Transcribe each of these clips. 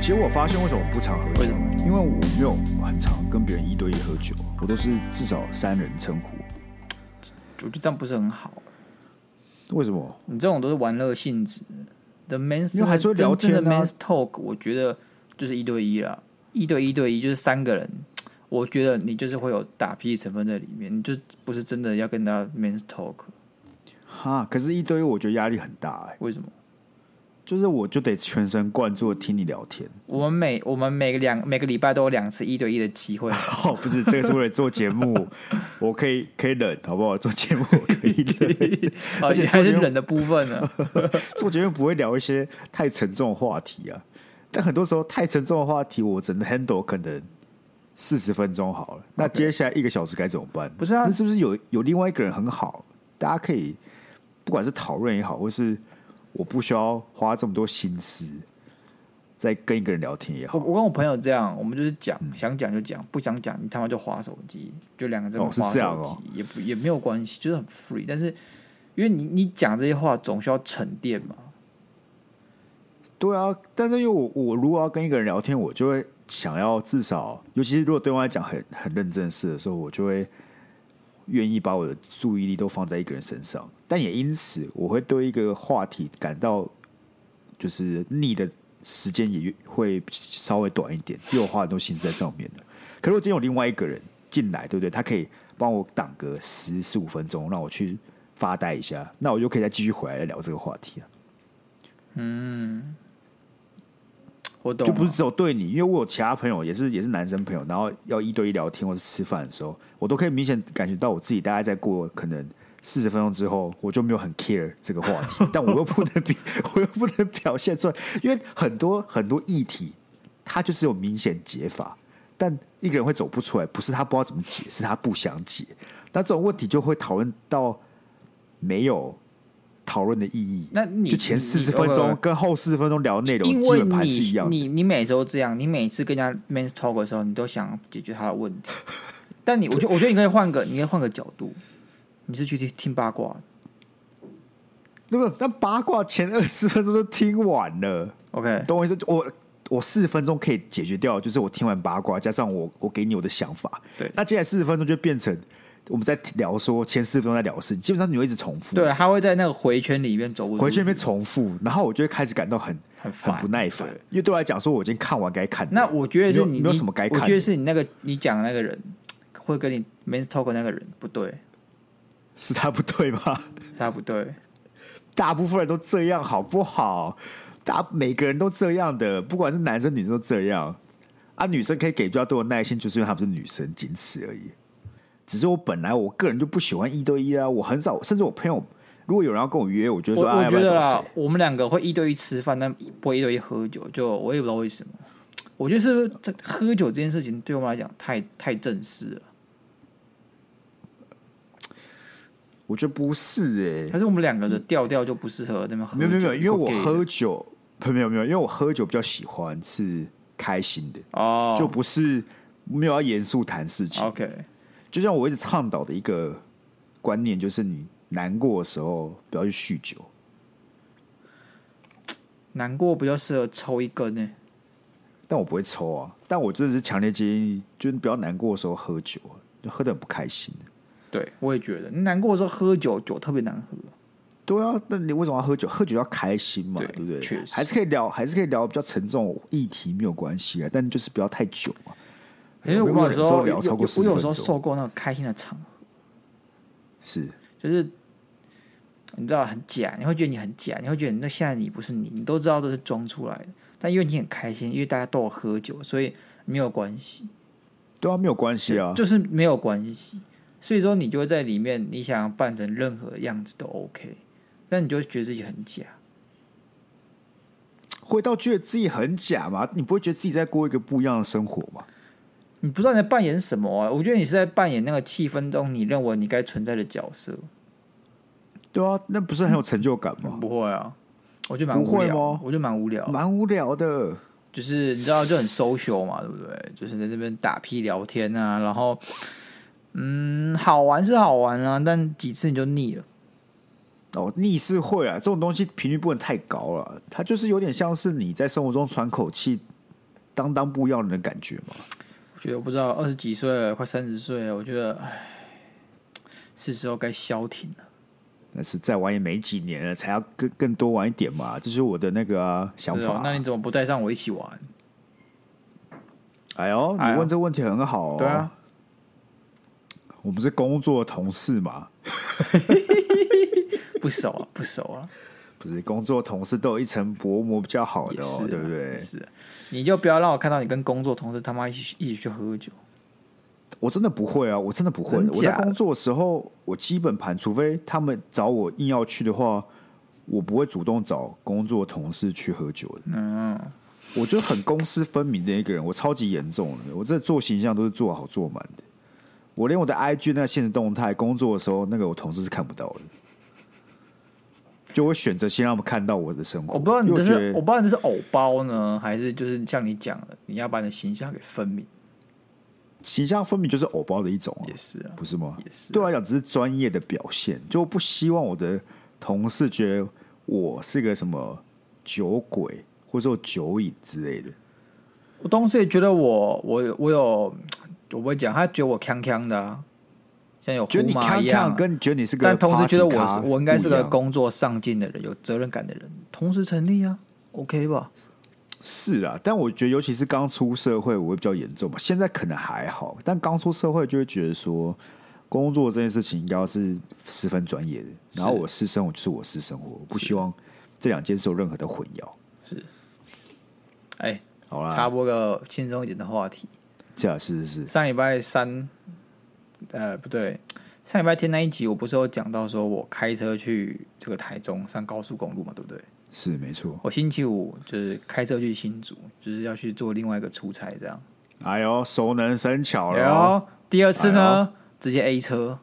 其实我发现为什么我不常喝酒，因为我没有很常跟别人一对一喝酒，我都是至少三人称呼。我觉得这样不是很好。为什么？你这种都是玩乐性质的 men's，因为还是会聊天啊真正的 men's talk，我觉得就是一对一啦，一对一对一就是三个人，我觉得你就是会有打屁成分在里面，你就不是真的要跟他 men's talk。哈，可是一对一我觉得压力很大哎、为什么？就是我就得全神贯注的听你聊天。我们每我们每个两每个礼拜都有两次一对一的 机会， 哦，不是，这个是为了做节 目，我可以可以忍，好不好？做节目我可以忍，而且且还是中间人的部分呢。做节目不会聊一些太沉重的话题啊。但很多时候太沉重的话题，我只能 handle 可能四十分钟好了。那接下来一个小时该怎么办？不是啊那是不是有有另外一个人很好？大家可以不管是讨论也好，或是我不需要花这么多心思在跟一个人聊天也我好。我跟我朋友这样，我们就是讲嗯想讲就讲，不想讲你他妈就划手机，就两个这么哦是划这手样机哦，也不也没有关系，就是很 free。但是因为你你讲这些话总需要沉淀嘛，对啊，但是因为我我如果要跟一个人聊天，我就会想要至少，尤其是如果对方在讲很很认真的事的时候，我就会愿意把我的注意力都放在一个人身上。但也因此，我会对一个话题感到就是腻的时间也越会稍微短一点，因为我花很多心思在上面了。可是我今天有另外一个人进来，对不对？他可以帮我挡个十十五分钟，让我去发呆一下，那我就可以再继续回来聊这个话题啊。我懂啊。就不是只有对你，因为我有其他朋友也是也是男生朋友，然后要一对一聊天或是吃饭的时候，我都可以明显感觉到我自己大概在过可能四十分钟之后，我就没有很 care 这个话 题，但我又不能比， 我又不能表现出来，因为很多很多议题，它就是有明显解法，但一个人会走不出来，不是他不知道怎么解，是他不想解，那这种问题就会讨论到没有。讨论的意义，那你就前你四十你分呃钟跟后四十分钟聊的内容因基为本盘是一你样的。你你每周这样，你每次跟人家 man talk 的时候，你都想解决他的问题，但你我 觉得我觉得你可以换个，你可以换个角度，你是去听听八卦那么，那八卦前二十分钟都听完了， ，OK？懂我意思？我我四十分钟可以解决掉，就是我听完八卦，加上我我给你我的想法。对那接下来四十分钟就变成我们在聊说前四十分钟在聊的事情，基本上你会一直重复，对，，啊他会在那个回圈里面走不出回去那边去重复，然后我就会开始感到很很很烦，不耐烦对，因为对我来讲说我已经看完该看的，那我觉得是没你有没有什么该看我的觉得是你那个你讲的那个人会跟你 men talk 的那个人不对， 是他不对吗？是他不对。大部分人都这样，好不好？大每个人都这样的，不管是男生女生都这样。啊，女生可以给比较多的耐心，就是因为她们是女生，仅此而已。只是我本来我个人就不喜欢一对一啊，我很少，甚至我朋友如果有人要跟我约，我就我说啊，我要不觉要找得啦谁？，我们两个会一对一吃饭，但不会一对一喝酒，就我也不知道为什么。我觉得是不是这喝酒这件事情对我们来讲太太正式了，我觉得不是哎、还是我们两个的调调就不适合那边喝酒？没有没有没有，因为我不 gay 的喝酒，没有没有，因为我喝酒比较喜欢是开心的，哦，就不是没有要严肃谈事情。 OK，就像我一直倡导的一个观念，就是你难过的时候不要去酗酒。难过比较适合抽一根呢、但我不会抽啊，但我真的是强烈建议，就是不要难过的时候喝酒啊，就喝的很不开心。对，我也觉得难过的时候喝酒，酒特别难喝。对啊，那你为什么要喝酒？喝酒要开心嘛，对对不对？确实还是可以聊，还是可以聊比较沉重的议题没有关系啊，但就是不要太久啊嘛。因为我有时候我有时候聊超过我40有时候分钟受够那个开心的场合。是，就是你知道很假，你会觉得你很假，你会觉得那现在你不是你，你都知道都是装出来的。但因为你很开心，因为大家都有喝酒，所以没有关系，对啊，没有关系啊。就是没有关系。所以说你就会在里面，你想要扮成任何样子都 OK，但你就会觉得自己很假。回到觉得自己很假嘛，你不会觉得自己在过一个不一样的生活嘛？你不知道你在扮演什么啊？我觉得你是在扮演那个气氛中你认为你该存在的角色。对啊，那不是很有成就感吗？不会啊，我就蛮不无会聊，吗我就蛮无聊的。蛮无聊的。就是你知道就很 social 嘛，对不对？就是在这边打屁聊天啊，然后嗯，好玩是好玩啊，但几次你就腻了。哦，逆是会啊，这种东西频率不能太高了，它就是有点像是你在生活中喘口气，当当不一样的感觉嘛。我觉得我不知道，二十几岁了，快三十岁了，我觉得，唉，是时候该消停了。但是再玩也没几年了，才要更更多玩一点嘛，这是我的那个啊、想是法哦啊。那你怎么不带上我一起玩？哎呦，哎你呦问这问题很好、哦。对啊，，我们是工作同事嘛，不熟啊，不熟 啊，不是工作同事都有一层薄膜比较好也的是哦啊，对不对也？是啊，你就不要让我看到你跟工作同事他妈一起一起去喝酒。我真的不会啊，我真的不会真。我在假的工作的时候，我基本盘，除非他们找我硬要去的话，我不会主动找工作同事去喝酒的。嗯，我就很公私分明的一个人，我超级严重的，我这做形象都是做好做满的。我连我的 IG 那个现实动态，工作的时候，那个我同事是看不到的。就我选择先让他们看到我的生活。我不知道你因为这我觉是得我不知道你这是偶包呢，还是就是像你讲的，你要把你的形象给分明，形象分明就是偶包的一种、啊也，是啊，不是吗？也是啊对我来讲，只是专业的表现，就不希望我的同事觉得我是个什么酒鬼，或者说酒瘾之类的。我同事也觉得我我我有，我不会讲，他觉得我锵锵的、啊，像有觉呼得你麻看一样看啊、跟觉得你是个，但同时觉得我是我应该是个，工作上进的人，有责任感的人，同时成立啊，OK 吧？是啊。但我觉得，尤其是刚出社会，我会比较严重嘛。现在可能还好，但刚出社会就会觉得说，工作这件事情应该要是十分专业的。然后是我私生活就是我私生活，我不希望这两件事有任何的混淆。哎、好啦，插播个轻松一点的话题，这样是是是，上礼拜三，呃，不对，上礼拜天那一集我不是有讲到说我开车去这个台中上高速公路嘛，对不对？是没错。我星期五就是开车去新竹，就是要去做另外一个出差，这样。哎呦，熟能生巧了然哦。后第二次哎呢，直接 A 车。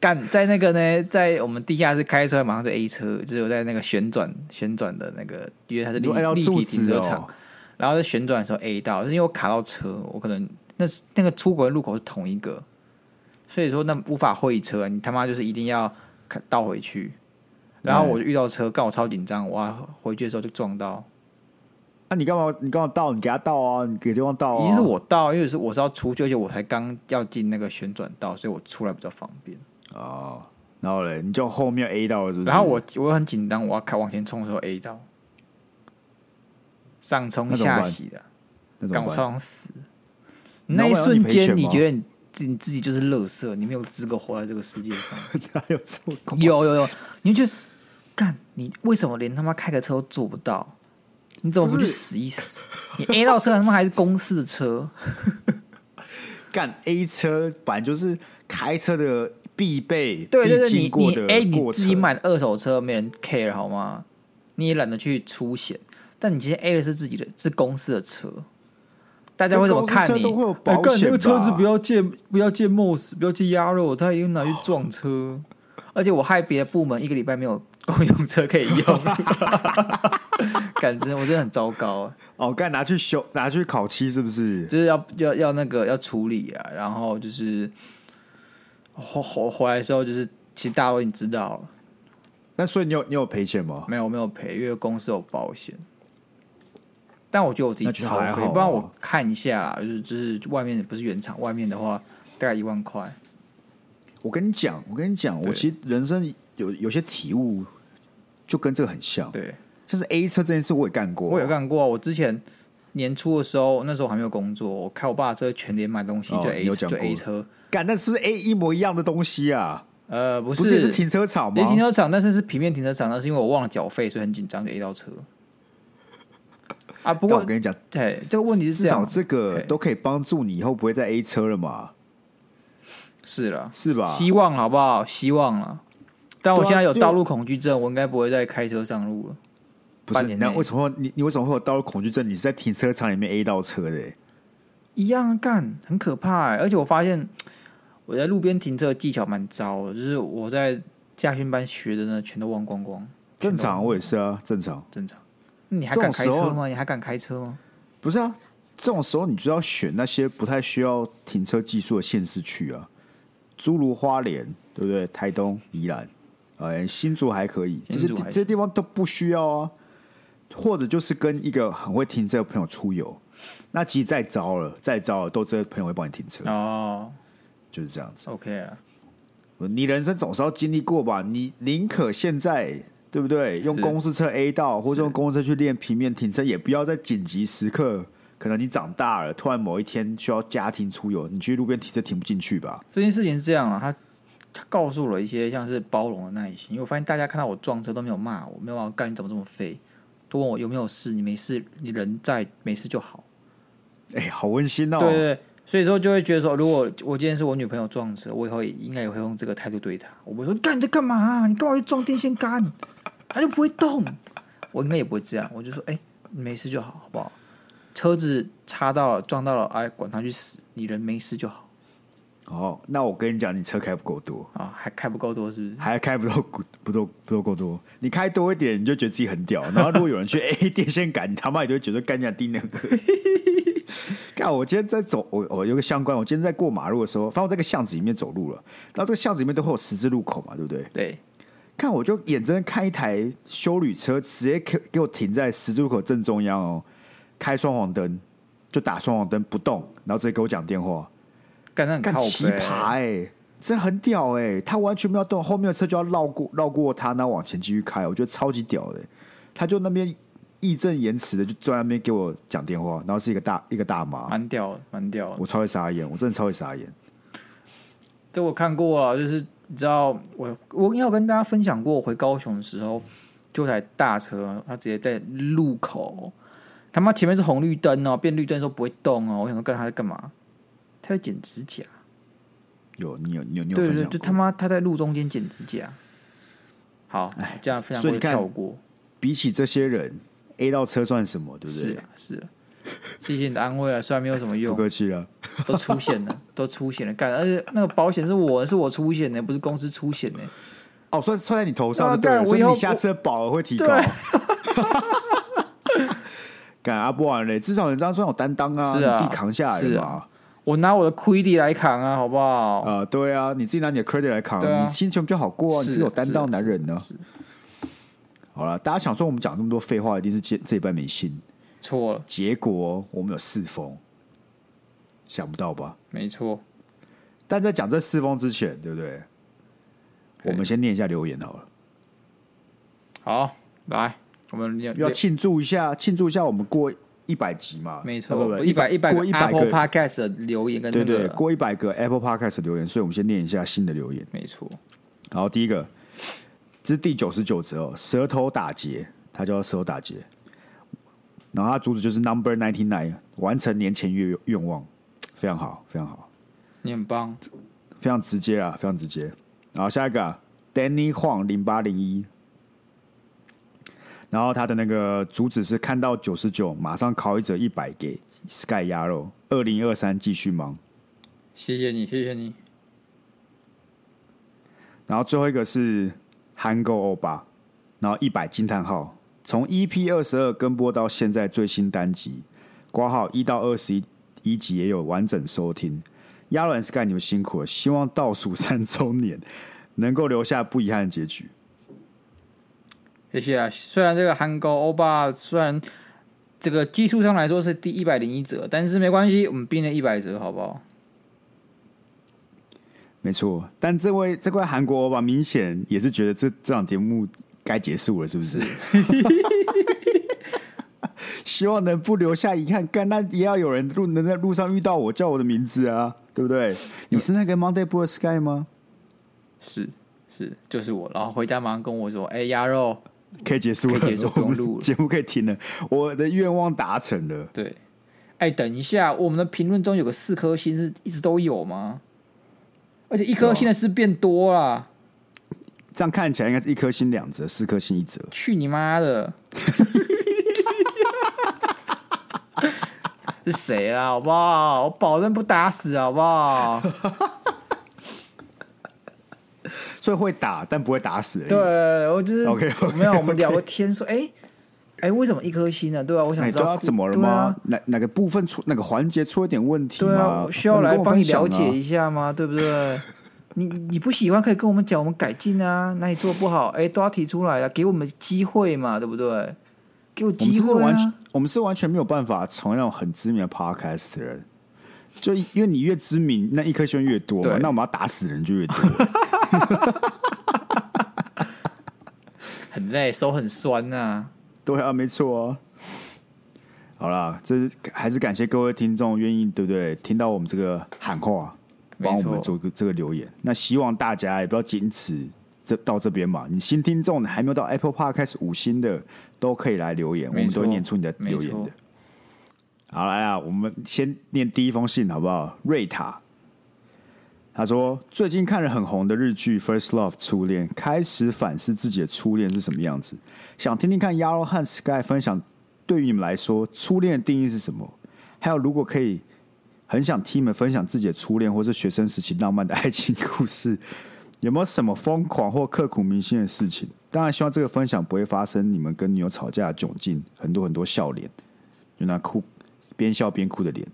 干在那个呢，在我们地下室开车，马上就 A 车，就是有在那个旋转旋转的那个，因为它是你立说按到哎立柱体停子车场哦，，然后在旋转的时候 A 到，就是因为我卡到车，我可能那是那个出国的路口是同一个，所以说那无法会车、啊你他妈就是一定要卡倒回去。然后我就遇到车，刚我超紧张，我要回去的时候就撞到，那、你干嘛？你干嘛倒？你给他倒啊！你给对方倒啊！已经是我到，因为是我是要出去，而且我才刚要进那个旋转道，所以我出来比较方便。哦，然后嘞，你就后面 A 到了是不是？然后我我又很紧张，我要开往前冲的时候 A 到，上冲那怎么下办洗的，那怎干么我办？超想死。那那一我要你瞬赔间，钱你吗觉得你自你自己就是垃圾，你没有资格活在这个世界上。 哪有这么高？有有有，你就觉得干你为什么连他妈开个车都做不到？你怎么不不去是死一死？你 A 到车他妈还是公司的车，干 A 车，本来就是开车的必备，对对对，必你经过你的哎、你过自己程买的二手车没人 care 好吗？你也懒得去出险，但你今天 A 的是自己的，是公司的车，大家就会怎么公司看车你？都会有哎保干险吧要借，不要借 MOS，不要借鸭肉，他一定拿去撞车。而且我害别的部门一个礼拜没有公用车可以用， 感觉我真的很糟糕、啊，哦，干拿去修，拿去烤漆是不是？就是要要要那个要处理啊，然后就是回回回来的时候，就是其实大家都已经知道了。那所以你有你有赔钱吗？没有没有赔，因为公司有保险。但我觉得我自己那就超还费，好不然啊我看一下啦，就是就是外面不是原厂，外面的话大概一万块。我跟你讲，我跟你讲，我对其实人生有有些体悟，就跟这个很像，对，就是 A 车这件事我也干过，我有干过，我之前年初的时候，那时候还没有工作，我开我爸的车全年买东西，哦就你 A 有讲就过 A 车，干，那是不是 A 一模一样的东西啊？呃，不不是也是停车场也吗是？停车场，但是是平面停车场，那是因为我忘了缴费，所以很紧张就 A 到车。啊，不但过我跟你讲，对这个问题是至这样少，这个对都可以帮助你以后不会再 A 车了嘛，是了，是吧？希望好不好？希望了。但我对啊现在有就道路恐惧症，我应该不会再开车上路了。不半是，年那内为什么你你为什么会有道路恐惧症？你是在停车场里面 A 到车的、欸？一样干，很可怕、欸。而且我发现我在路边停车的技巧蛮糟的，就是我在驾训班学的呢，全都忘光光，正常啊，我也是啊，正常。正常。那你还敢开这种车时吗？你还敢开车吗？不是啊，这种时候你就要选那些不太需要停车技术的县市去啊。诸如花莲，对不对？台东、宜兰，呃，新竹还可以，这些新竹地还这些地方都不需要啊。或者就是跟一个很会停车的朋友出游，那其实再糟了，再糟了，都这个朋友会帮你停车，哦就是这样子。 ，OK 了，你人生总是要经历过吧？你宁可现在对不对？用公司车 A 道，或者用公司车去练平面停车，也不要在紧急时刻，可能你长大了，突然某一天需要家庭出游，你去路边停车停不进去吧？这件事情是这样啊，他他告诉了一些像是包容的耐心，因为我发现大家看到我撞车都没有骂我，没有骂我干你怎么这么废，都问我有没有事，你没事，你人在没事就好。哎、好温馨哦！对对对，所以说就会觉得说，如果我今天是我女朋友撞车，我以后也应该也会用这个态度对她。我不会说，干你在干嘛、啊？你干嘛去撞电线杆？它就不会动。我应该也不会这样，我就说，哎、你没事就好，好不好？车子擦到了，撞到了，哎，管他去死，你人没事就好哦，那我跟你讲，你车开不够多，啊，还开不够多是不是？还开不够不够不够够多，你开多一点，你就觉得自己很屌。然后如果有人去 A 电线杆，你他妈也就会觉得干你定那个。 干！我今天在走，我我有个相关，我今天在过马路的时候，发现我在个巷子里面走路了。然后这个巷子里面都会有十字路口嘛，对不对？对，看，我就眼睁睁看一台修旅车直接给给我停在十字路口正中央哦，开双黄灯，就打双黄灯不动，然后直接给我讲电话。干那很干靠啊奇北葩哎、这很屌哎、他完全没有动，后面的车就要绕过绕过他，然后往前继续开，我觉得超级屌的欸、他就那边义正言辞的就坐在那边给我讲电话，然后是一个大一个大妈，蛮屌的，蛮屌的。我超会傻眼，我真的超会傻眼。这我看过啊，就是你知道我我要跟大家分享过，我回高雄的时候，就有台大车，它直接在路口，他妈前面是红绿灯哦，变绿灯的时候不会动哦，我想说干他在干嘛？他在剪指甲，有你有你有你有对分对享对，过就他妈他在路中间剪指甲。好，这样分哎所享以过你看跳过，比起这些人，A 到车算什么，对不是对？啊是啊，谢谢你的安慰啊，虽然没有什么不用，客气了，都出险了，都出险了，干，而且那个保险是我是我出险的，不是公司出险的。哦，算算在你头啊上就对干了，我所以以后你下次的保额会提高 对。敢阿啊不完嘞，至少人这样算有担当啊，是啊你自己扛下来是嘛。啊我拿我的亏力来扛啊，好不好？啊、对啊，你自己拿你的 credit 来扛，对啊你心情就好过啊，你是是有担当的男人呢、是好了，大家想说我们讲这么多废话，一定是这这一半没信。错了，结果我们有四封，想不到吧？没错。但在讲这四封之前，对不对？我对们先念一下留言好了，好，来，我们要要庆祝一下，庆祝一下我们过一百集嘛。没啊不错，不一百一百过个一百 Apple 个， Podcast 的留言跟那对对，个，过一百个 Apple Podcast 的留言，所以我们先念一下新的留言。没错，然后第一个，这是第九十九则哦，舌头打结，它叫舌头打结。然后它主旨就是 Number Ninety Nine，完成年前愿愿望，非常好，非常好，你很棒，非常直接啊，非常直接。然后下一个、啊、Danny Huang 零八零一，然后他的那个主旨是看到九十九，马上考一折一百给 Sky 鸭肉，二零二三继续忙。谢谢你，谢谢你。然后最后一个是韩国欧巴，然后一百惊叹号，从 EP 二十二跟播到现在最新单集，挂号一到二十一集也有完整收听。亚伦 Sky 你们辛苦了，希望倒数三周年能够留下不遗憾的结局。谢谢啊！虽然这个韩国欧巴虽然这个基数上来说是第一百零一折，但是没关系，我们并了一百折，好不好？没错，但这位这位韩国欧巴明显也是觉得这这档节目该结束了，是不是？ 希望能不留下遗憾，干那也要有人路能在路上遇到我，叫我的名字啊，对不对？你是那个 Monday Blue Sky 吗？是是，就是我。然后回家马上跟我说：“哎、鸭肉，可以结束了，可以结束不用录了我们节目可以停了，我的愿望达成了。对，哎、等一下，我们的评论中有个四颗星是一直都有吗？而且一啊颗星的是变多啊啦，这样看起来应该是一颗星两折，四颗星一折。去你妈 的！是谁啦？好不好？我保证不打死，好不好？ 所以会打，但不会打死而已。对，啊我就是 OK，OK，OK 没有，我们聊个天说，哎、哎、为什么一颗星呢？对啊，我想哎，知都道、要怎么了对吗？啊哪哪个部分出哪个环节出了点问题吗？对啊，我需要来帮你了解那跟我分享啊 解一下吗？对不对？你你不喜欢可以跟我们讲，我们改进啊，哪里做得不好，哎，都要提出来啊，给我们机会嘛，对不对？给我我们机是会完全啊！，我们是完全没有办法成为那种很知名的 podcast 的人，就因为你越知名，那一颗星越多嘛对，那我们要打死人就越多。 很累，手很酸呐、啊。对啊，没错啊。好啦，这是还是感谢各位听众愿意对不对？听到我们这个喊话，没帮错我们做个这个留言。那希望大家也不要仅此这到这边嘛。你新听众还没有到 Apple Podcast 五星的，都可以来留言，我没们错都会念出你的没留言错的。好，来啊，我们先念第一封信好不好？瑞塔，他说最近看了很红的日剧《First Love》初恋，开始反思自己的初恋是什么样子，想听听看 Yaro 和 Sky 分享，对于你们来说，初恋的定义是什么？还有，如果可以，很想听你们分享自己的初恋或是学生时期浪漫的爱情故事，有没有什么疯狂或刻骨铭心的事情？当然，希望这个分享不会发生你们跟女友吵架的窘境，很多很多笑脸，就那哭边笑边哭的脸，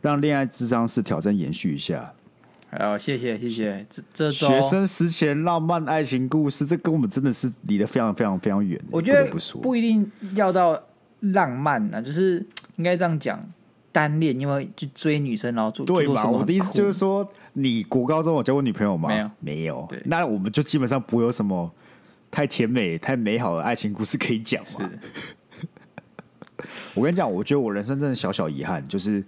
让恋爱智商是挑战延续一下。好，谢谢谢谢，这这周学生时期的浪漫爱情故事，这跟我们真的是离得非常非常非常远。我觉不得得不说，一定要到浪漫啊，就是应该这样讲，单恋，因为就追女生，然后做做对做什嘛？么我的意思很酷就是说，你国高中有交过女朋友吗？没有没有对。那我们就基本上不会有什么太甜美、太美好的爱情故事可以讲嘛。是 我跟你讲，我觉得我人生真的小小遗憾，就是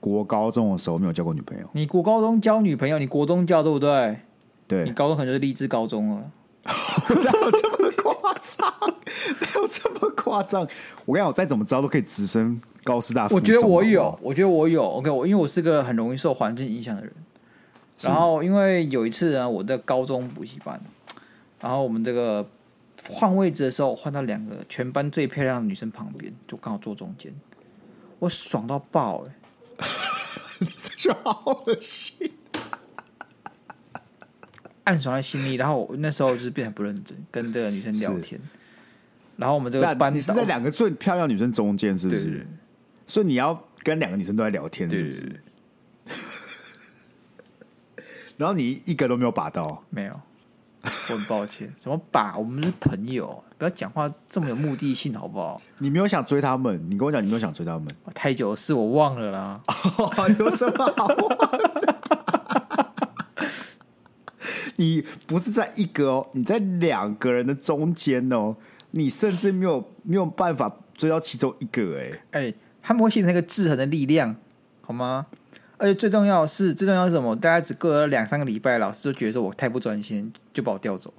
国高中的时候没有交过女朋友。你国高中交女朋友，你国中交对不对？对 你，高中可能就是励志高中了。哪有这么夸张？哪有这么夸张？我跟你讲，我再怎么着都可以直升高师大附中。我觉得我好不有好，，我觉得我有。OK，我因为我是个很容易受环境影响的人。然后因为有一次呢，我在高中补习班，然后我们这个换位置的时候，换到两个全班最漂亮的女生旁边，就刚好坐中间，我爽到爆哎、 这就好恶心。暗爽在心里。然后我那时候就是变得不认真，跟这个女生聊是天。然后我们这个那班你是在两个最漂亮女生中间，是不对对对是？所以你要跟两个女生都在聊天，对是对不对是？ 然后你一个都没有把到，没有，我很抱歉。怎么把？我们是朋友，不要讲话这么有目的性好不好？你没有想追他们，你跟我讲你没有想追 他们，太久的事我忘了啦。哦有什么 好玩的？你不是在一个哦，你在两个人的中间哦，你甚至没有没有办法追到其中一个 哎、哎、他们会形成一个制衡的力量，好吗？而且最重要的是，最重要的是什么？大家只过了两三个礼拜，老师就觉得说我太不专心，就把我调走。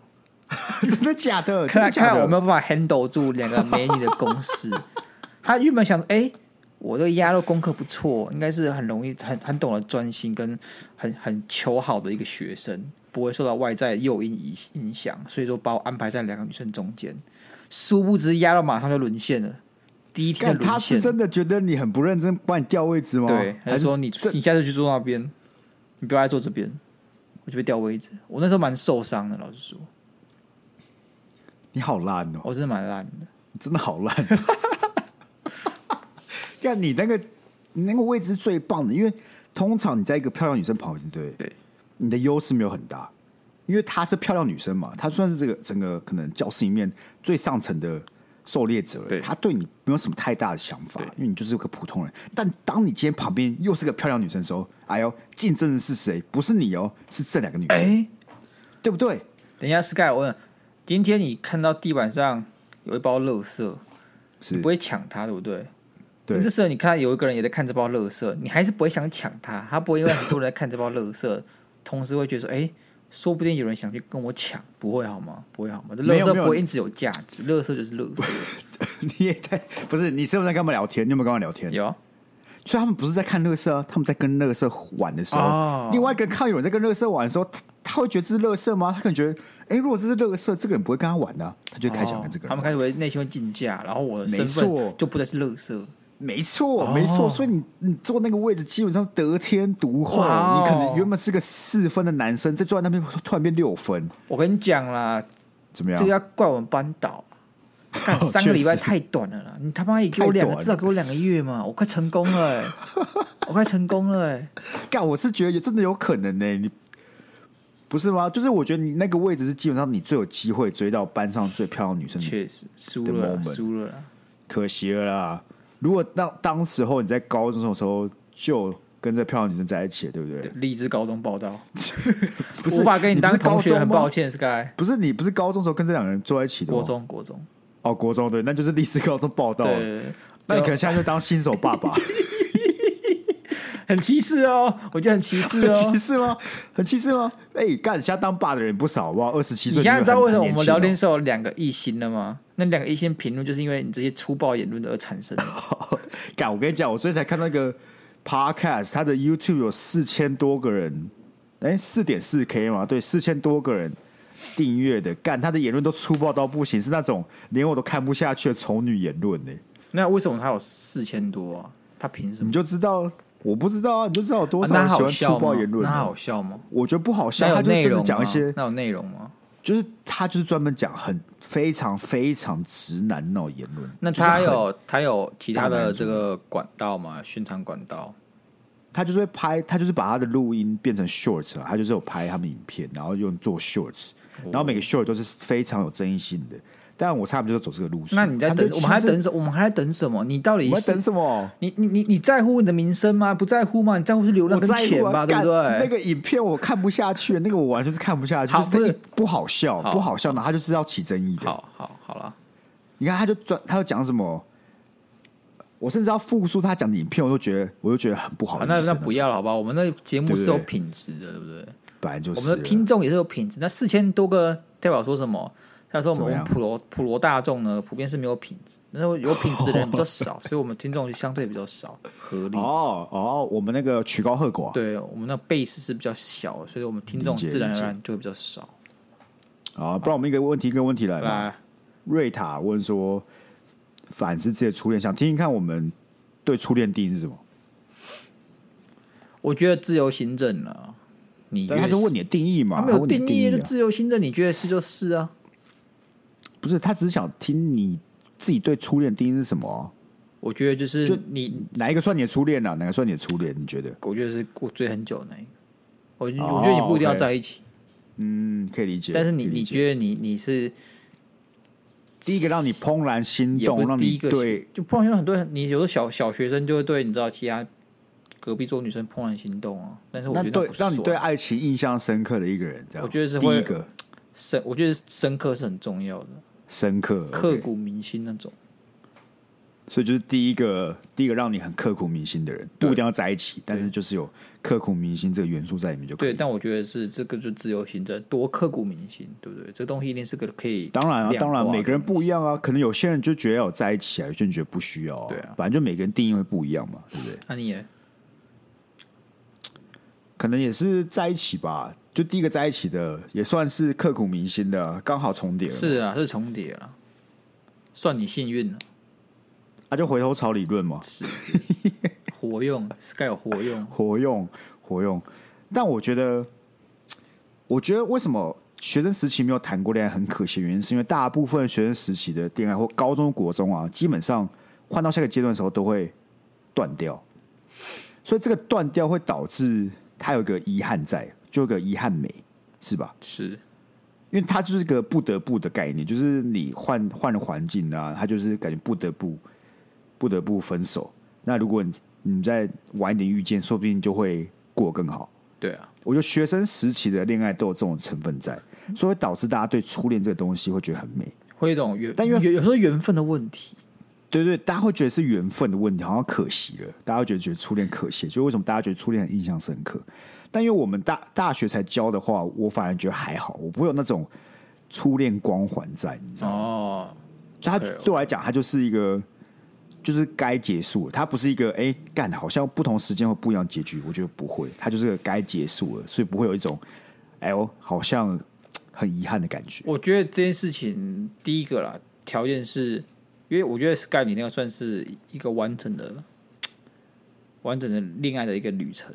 真的假的？真看来的看假来的？我没有办法 handle 住两个美女的攻势。他原本想说，哎、我这个鸭肉功课不错，应该是很容易、很很懂得专心跟很很求好的一个学生，不会受到外在诱因影影响，所以说把我安排在两个女生中间。殊不知鸭肉马上就沦陷了，第一天干就他沦陷是了。真的觉得你很不认真，帮你调位置吗？对，还是说你啊这你下次去坐那边，你不要来坐这边，我就被调位置。我那时候蛮受伤的，老实说，你好烂哦、我真的蛮烂的。你真的好烂。 看你那个你那个位置是最棒的，因为通常你在一个漂亮女生旁边，对不对对，你的优势没有很大，因为她是漂亮女生嘛，她算是这个整个可能教室里面最上层的狩猎者了对她对你没有什么太大的想法对，因为你就是个普通人。但当你今天旁边又是个漂亮女生的时候，哎呦，竞争的是谁？不是你哦，是这两个女哎、生，对不对？ 等一下，Sky，我问，今天你看到地板上有一包垃圾，是你不会抢它，对不对？对你这时候你看到有一个人也在看这包垃圾，你还是不会想抢他，他不会因为很多人在看这包垃圾，同时会觉得说，哎、说不定有人想去跟我抢，不会好吗？不会好吗？这垃没有圾没有不会一直有价值，垃圾就是垃圾。你也在不是你是不是在跟他们聊天？你有没有跟他们聊天？有啊，所以他们不是在看乐色啊，他们在跟乐色玩的时候，哦另外一个人看到有人在跟乐色玩的时候，他他会觉得这是乐色吗？他可能觉得，哎、如果这是乐色，这个人不会跟他玩的啊、他就开始想跟这个哦他人玩。们开始会内心会竞价，然后我的没身份错就不再是乐色。没错，哦没错。所以你你坐那个位置，基本上得天独厚。哇哦你可能原本是个四分的男生，在坐在那边突然变六分，我跟你讲啦，怎么样？哦这个要怪我们班导，干三个礼拜确实太短了啦！你他妈也给我两个，太短了至少给我两个月嘛！我快成功 了、欸，我快成功了、欸，嗯干，我是觉得有真的有可能呢、你不是吗？就是我觉得你那个位置是基本上你最有机会追到班上最漂亮的女生的确实输了啦， moment 输了啦。可惜了啦。如果到当时候你在高中的时候就跟这漂亮女生在一起了，对不对？励志高中报道，不是无法跟你你当同学，很抱抱歉。歉，Sky。不是你不是高中时候跟这两个人坐在一起的吗？国中，国中，哦，国中对，那就是历史高中报道对了。对，对那你就可能现在就当新手爸爸，很歧视哦，我觉得很歧视很哦歧。视吗？很歧视吗？哎、干，现在当爸的人不少，好不好？二十七你岁，现在知道为什么我们聊天天？时候有两个异心了吗？那两个异心评论就是因为你这些粗暴言论而产生的。干，我跟你讲，我最近才看那个 podcast，他的 YouTube 有四千多个人，哎，四点四 K 嘛，对，四千多个人订阅的。干，他的言论都粗暴到不行，是那种连我都看不下去的丑女言论呢、 那为什么他有四千多啊？他凭什么你？就知道，我不知道啊，你就知道有多啊少那人喜好欢笑粗吗暴言？论、啊啊那好笑吗？我觉得不好哦那笑，有他就内真的容讲吗一些？，那有内容吗？就是他就是专门讲很非常非常直男那种言论。那就是他很有他有其他大男的人这个管道吗？宣传管道？他就是会拍，他就是把他的录音变成 shorts，啊他就是有拍他们影片，然后用做 shorts，然哦后每个 short 都是非常有争议性的。但我猜他们就是走这个路数。那你在他们等就我们还其实等什么？我们还在等什么？你到底我们是在等什么？你你你你在乎你的名声吗？不在乎吗？你在乎是流我量跟在钱乎啊吧，对干不对？那个影片我看不下去，那个我完全是看不下去，好就是不那是一不好笑，好不好笑呢，他就是要起争议的。好好好了，你看，他就专，他就讲什么，我甚至要复述他讲的影片，我都觉得，我都觉得很不好好意思。那那不种要了，好吧？我们那节目对是有对品质的，对不对？本来就是啊我们的听众也是有品质。那四千多个代表说什么？他说我怎么们样普罗普罗大众呢，普遍是没有品质，那有品质的人比 较少，所以我们听众就相对比较少，合理。哦哦，我们那个曲高和寡，对我们那 base 是比较小的，所以我们听众理解自然理而解然就会比较少。啊，不然我们一个问题一个问题来吧。来，瑞塔问说，反思自己的初恋，想听听看我们对初恋定义是什么？我觉得自由行政了，你但他越就是问你的定义嘛，他没有问你的定义义，就啊自由行政，你觉得是就是啊。不是，他只是想听你自己对初恋定义是什么啊、我觉得就是就你哪一个算你的初恋啊？哪个算你的初恋？你觉得？我觉得是我追很久的那一个。我哦我觉得你不一定要 OK 在一起，嗯，可以理解。但是你可以理你解觉得你你是第一个让你怦然心也不动，是让第一你个对就怦然心动很多人，你有的小小学生就会对你知道其他隔壁桌女生怦然心动啊，但是我那觉得对不让你算对啊爱情印象深刻的一个人，这样我觉得是第会一个深，我觉得深刻是很重要的，深刻刻 OK 骨铭心那种。所以就是第一个第一个让你很刻骨铭心的人，不对一定要在一起，但是就是有刻骨铭心这个元素在里面就可对，以。但我觉得是这个就自由行政多刻骨铭心，对不对？这东西一定是个可以当然啊，量当然化的每个人不一样啊，可能有些人就觉得要有在一起啊，有些人觉得不需要、啊。对啊反正就每个人定义会不一样嘛，对不对？那、你也可能也是在一起吧，就第一个在一起的也算是刻骨铭心的啊，刚好重叠了嘛。是啊，是重叠了，算你幸运了。啊，就回头草理论嘛。是活用，Sky 有活用，活用活用。但我觉得，我觉得为什么学生时期没有谈过恋爱很可惜，原因是因为大部分学生时期的恋爱或高中、国中啊，基本上换到下个阶段的时候都会断掉，所以这个断掉会导致他有一个遗憾在，就有个遗憾美， 是吧？是因为它就是个不得不的概念，就是你换换了环境啊，它就是感觉不得不不得不分手。那如果你你再晚一点遇见，说不定就会过得更好。对啊，我觉得学生时期的恋爱都有这种成分在，所以会导致大家对初恋这个东西会觉得很美。会有一种缘，但因有为有时候缘分的问题，对对，大家会觉得是缘分的问题，好像可惜了。大家会觉得觉得初恋可惜，就为什么大家觉得初恋很印象深刻？但因为我们大大学才教的话，我反而觉得还好，我不会有那种初恋光环在，你知道吗？哦，所以它对哦对我来讲，它就是一个就是该结束了，它不是一个哎干、好像不同时间会不一样的结局，我觉得不会，它就是个该结束了，所以不会有一种哎呦好像嘖很遗憾的感觉。我觉得这件事情第一个啦，条件是因为我觉得 Sky 你那个算是一个完整的、完整的恋爱的一个旅程。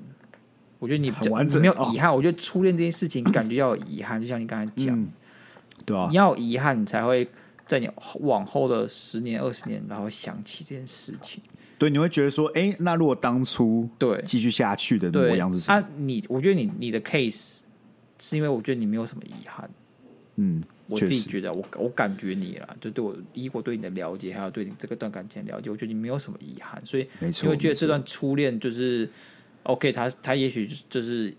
我觉得你比较很完整没有哦遗憾。我觉得初恋这件事情感觉要有遗憾，就像你刚才讲，嗯，对啊你，要有遗憾，你才会在你往后的十年、二十年，然后想起这件事情。对，你会觉得说，哎、那如果当初对继续下去的对啊模样是什么？啊，你我觉得你你的 case 是因为我觉得你没有什么遗憾。嗯，我确自己实，觉得，我我感觉你啦，就对我以我对你的了解，还有对你这个段感情的了解，我觉得你没有什么遗憾，所以没你错，会觉没得这段初恋就是 OK，他他也许就是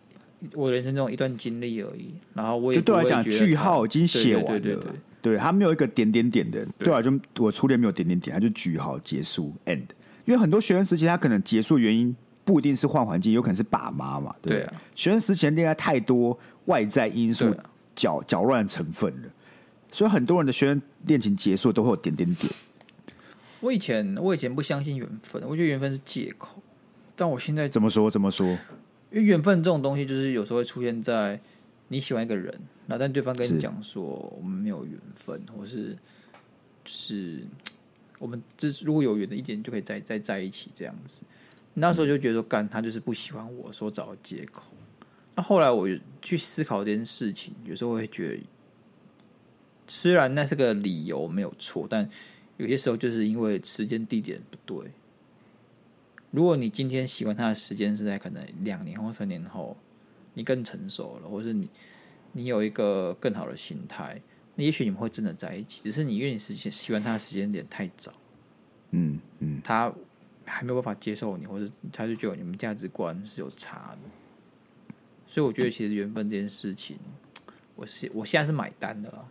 我人生中一段经历而已，然后我错也就对我不来讲，会觉得句它号已经写完了，对对对对对对他没有一个点点点的，对啊，就我初恋没有点点点，他就句号结束 end。因为很多学生时期，他可能结束的原因不一定是换环境，有可能是爸妈嘛，对不对啊学生时期的恋爱太多外在因素对啊搅搅乱成分了，所以很多人的学生恋情结束都会有点点点。我以前我以前不相信缘分，我觉得缘分是借口，但我现在怎么说？怎么说？因为缘分这种东西，就是有时候会出现在你喜欢一个人，那但对方跟是你讲说我们没有缘分，或是就是我们只如果有缘的一点就可以再再在一起这样子。那时候就觉得说干他就是不喜欢我，说找借口。那后来我去思考这件事情，有时候会觉得，虽然那是个理由没有错，但有些时候就是因为时间地点不对。如果你今天喜欢他的时间是在可能两年后、三年后，你更成熟了，或是你你有一个更好的心态，那也许你们会真的在一起。只是你因为你时间喜欢他的时间点太早，嗯嗯，他还没有办法接受你，或者他就觉得你们价值观是有差的。所以我觉得其实缘分这件事情，我是我现在是买单的啦。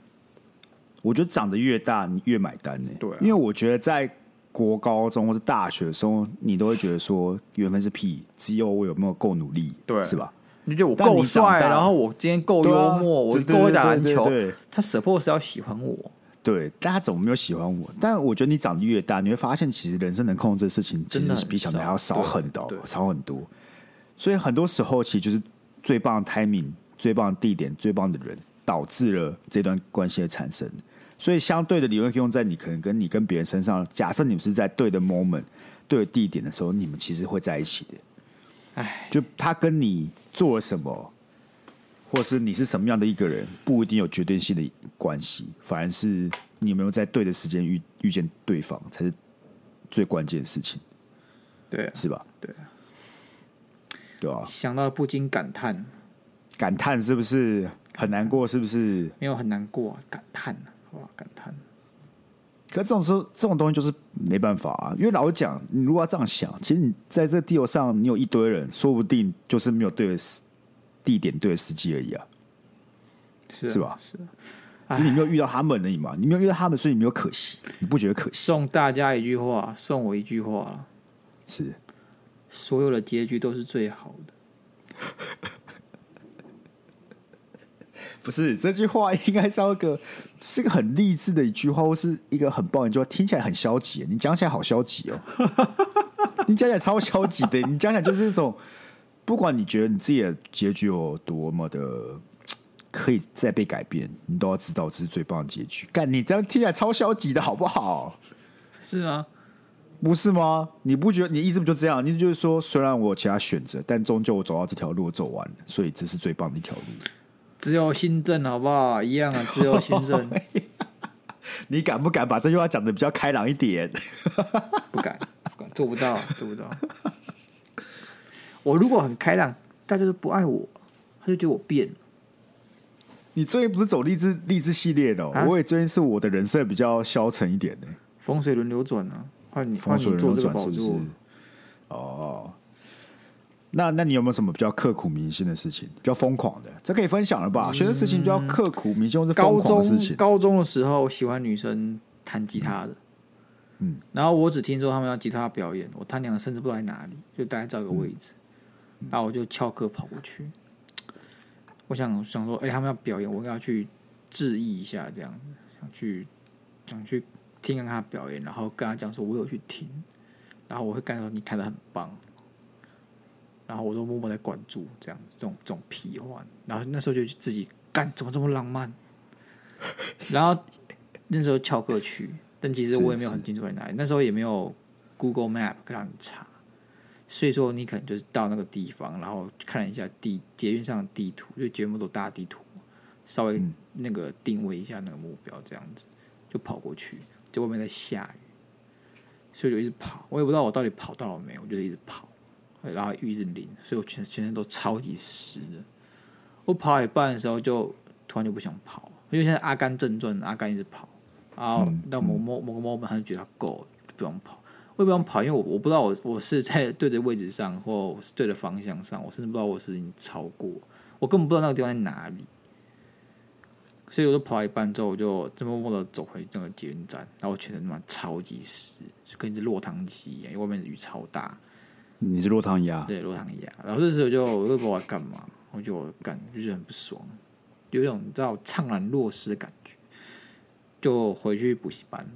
我觉得长得越大，你越买单呢、对啊因为我觉得在国高中或是大学的时候，你都会觉得说缘分是屁，只有我有没有够努力，对是吧？你就觉得我但你够长大帅，然后我今天够幽对啊默，我对对够会打篮对对球对对，他 suppose 要喜欢我。对，但他怎么没有喜欢我？但我觉得你长得越大，你会发现其实人生能控制的事情，其真的实很是比想的还要少少很多对，对少很多。所以很多时候，其实就是最棒的 timing、最棒的地点、最棒的人，导致了这段关系的产生。所以相对的理论可以用在你可能跟你跟别人身上。假设你们是在对的 moment、对的地点的时候，你们其实会在一起的。哎，就他跟你做了什么，或是你是什么样的一个人，不一定有决定性的关系，反而是你有没有在对的时间遇遇见对方，才是最关键的事情，对啊，是吧？对啊，对啊，想到不禁感叹，感叹是不是很难过？是不是？没有很难过、啊，感叹啊，好吧，感叹。可这种时候，这种东西就是没办法啊。因为老实讲，你如果要这样想，其实你在这地球上，你有一堆人，说不定就是没有对的时地点、对的时机而已啊。是啊是吧是啊只是你没有遇到他们而已嘛，你没有遇到他们，所以你没有可惜，你不觉得可惜？送大家一句话，送我一句话啦是所有的结局都是最好的。不是这句话应该是要一个是个很励志的一句话，或是一个很棒的一句话？听起来很消极，你讲起来好消极哦，你讲起来超消极的，你讲起来就是那种不管你觉得你自己的结局有多么的可以再被改变，你都要知道这是最棒的结局。干，你这样听起来超消极的好不好？是啊，不是吗？你不觉得你意思不就这样？你意思就是说，虽然我有其他选择，但终究我走到这条路我走完了，所以这是最棒的一条路。只有新政好不好？一样啊，只有新 政，你敢不敢把这句话讲的比较开朗一点？不敢，不敢，做不到，做不到。我如果很开朗，大家都不爱我，他就觉得我变了。你最近不是走励志励志系列的、哦啊我也最近是我的人设比较消沉一点呢、风水轮流转啊，换你，风换水你做轮这流转个宝是不是座。？哦，那那你有没有什么比较刻骨铭心的事情？比较疯狂的，这可以分享了吧？学生事情比较刻骨铭心，或是疯高狂的事中情。嗯高中的时候喜欢女生弹吉他的，嗯，然后我只听说他们要吉他表演，我他娘的甚至不知道在哪里，就大概找个位置，嗯然后我就翘课跑过去，我想想说，哎、他们要表演，我应该要去致意一下，这样子，想去想去听看他表演，然后跟他讲说，我有去听，然后我会跟他说你弹的很棒。然后我都默默在关注，这样这种这种屁话。然后那时候就自己干，怎么这么浪漫？然后那时候翘课去，但其实我也没有很清楚在哪里，那时候也没有 Google Map 让你查，所以说你可能就是到那个地方，然后看了一下地捷运上的地图，就捷运不都大地图嘛，稍微嗯那个定位一下那个目标，这样子就跑过去，就外面在下雨，所以我就一直跑，我也不知道我到底跑到了没，我就一直跑，然后雨一直淋，所以我全全身都超级湿的。我跑一半的时候就突然就不想跑，因为现在阿甘正传，阿甘一直跑，然后到某某某个 moment 他就觉得他够了，就不用跑。我也不用跑，因为我我不知道我我是在对的位置上，或我是对的方向上，我甚至不知道我是已经超过，我根本不知道那个地方在哪里。所以我就跑到一半之后，我就这么默默的走回那个捷运站，然后我全身他妈超级湿，就跟一只落汤鸡一样，因为外面雨超大。你是落汤鸭，对，落汤鸭。然后这时候就我就不知道我在干嘛，我就感就是很不爽，有一种你知道怅然若失的感觉，就回去补习班。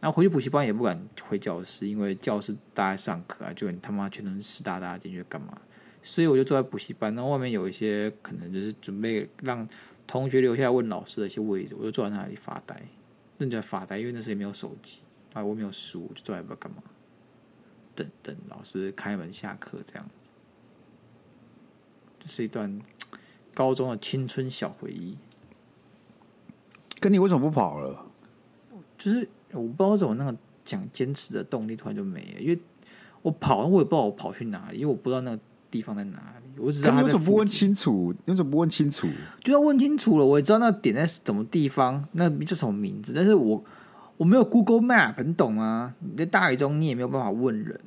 然后回去补习班也不敢回教室，因为教室大家上课啊，就很他妈全都是湿哒哒进去干嘛？所以我就坐在补习班，然后外面有一些可能就是准备让同学留下来问老师的一些位置，我就坐在那里发呆，认真发呆，因为那时候也没有手机啊，我没有书，我就坐在不知道干嘛。等等老师开门下课这样子，这、是一段高中的青春小回忆。跟你为什么不跑了？就是我不知道为什么那个讲坚持的动力突然就没了，因为我跑，我也不知道我跑去哪里，因为我不知道那个地方在哪里，我只知可道你他为在什么不啊附问近清楚？你为什么不问清楚？就要问清楚了，我也知道那点在什么地方，那叫什么名字，但是我我没有 Google Map，你懂吗？你在大雨中你也没有办法问人，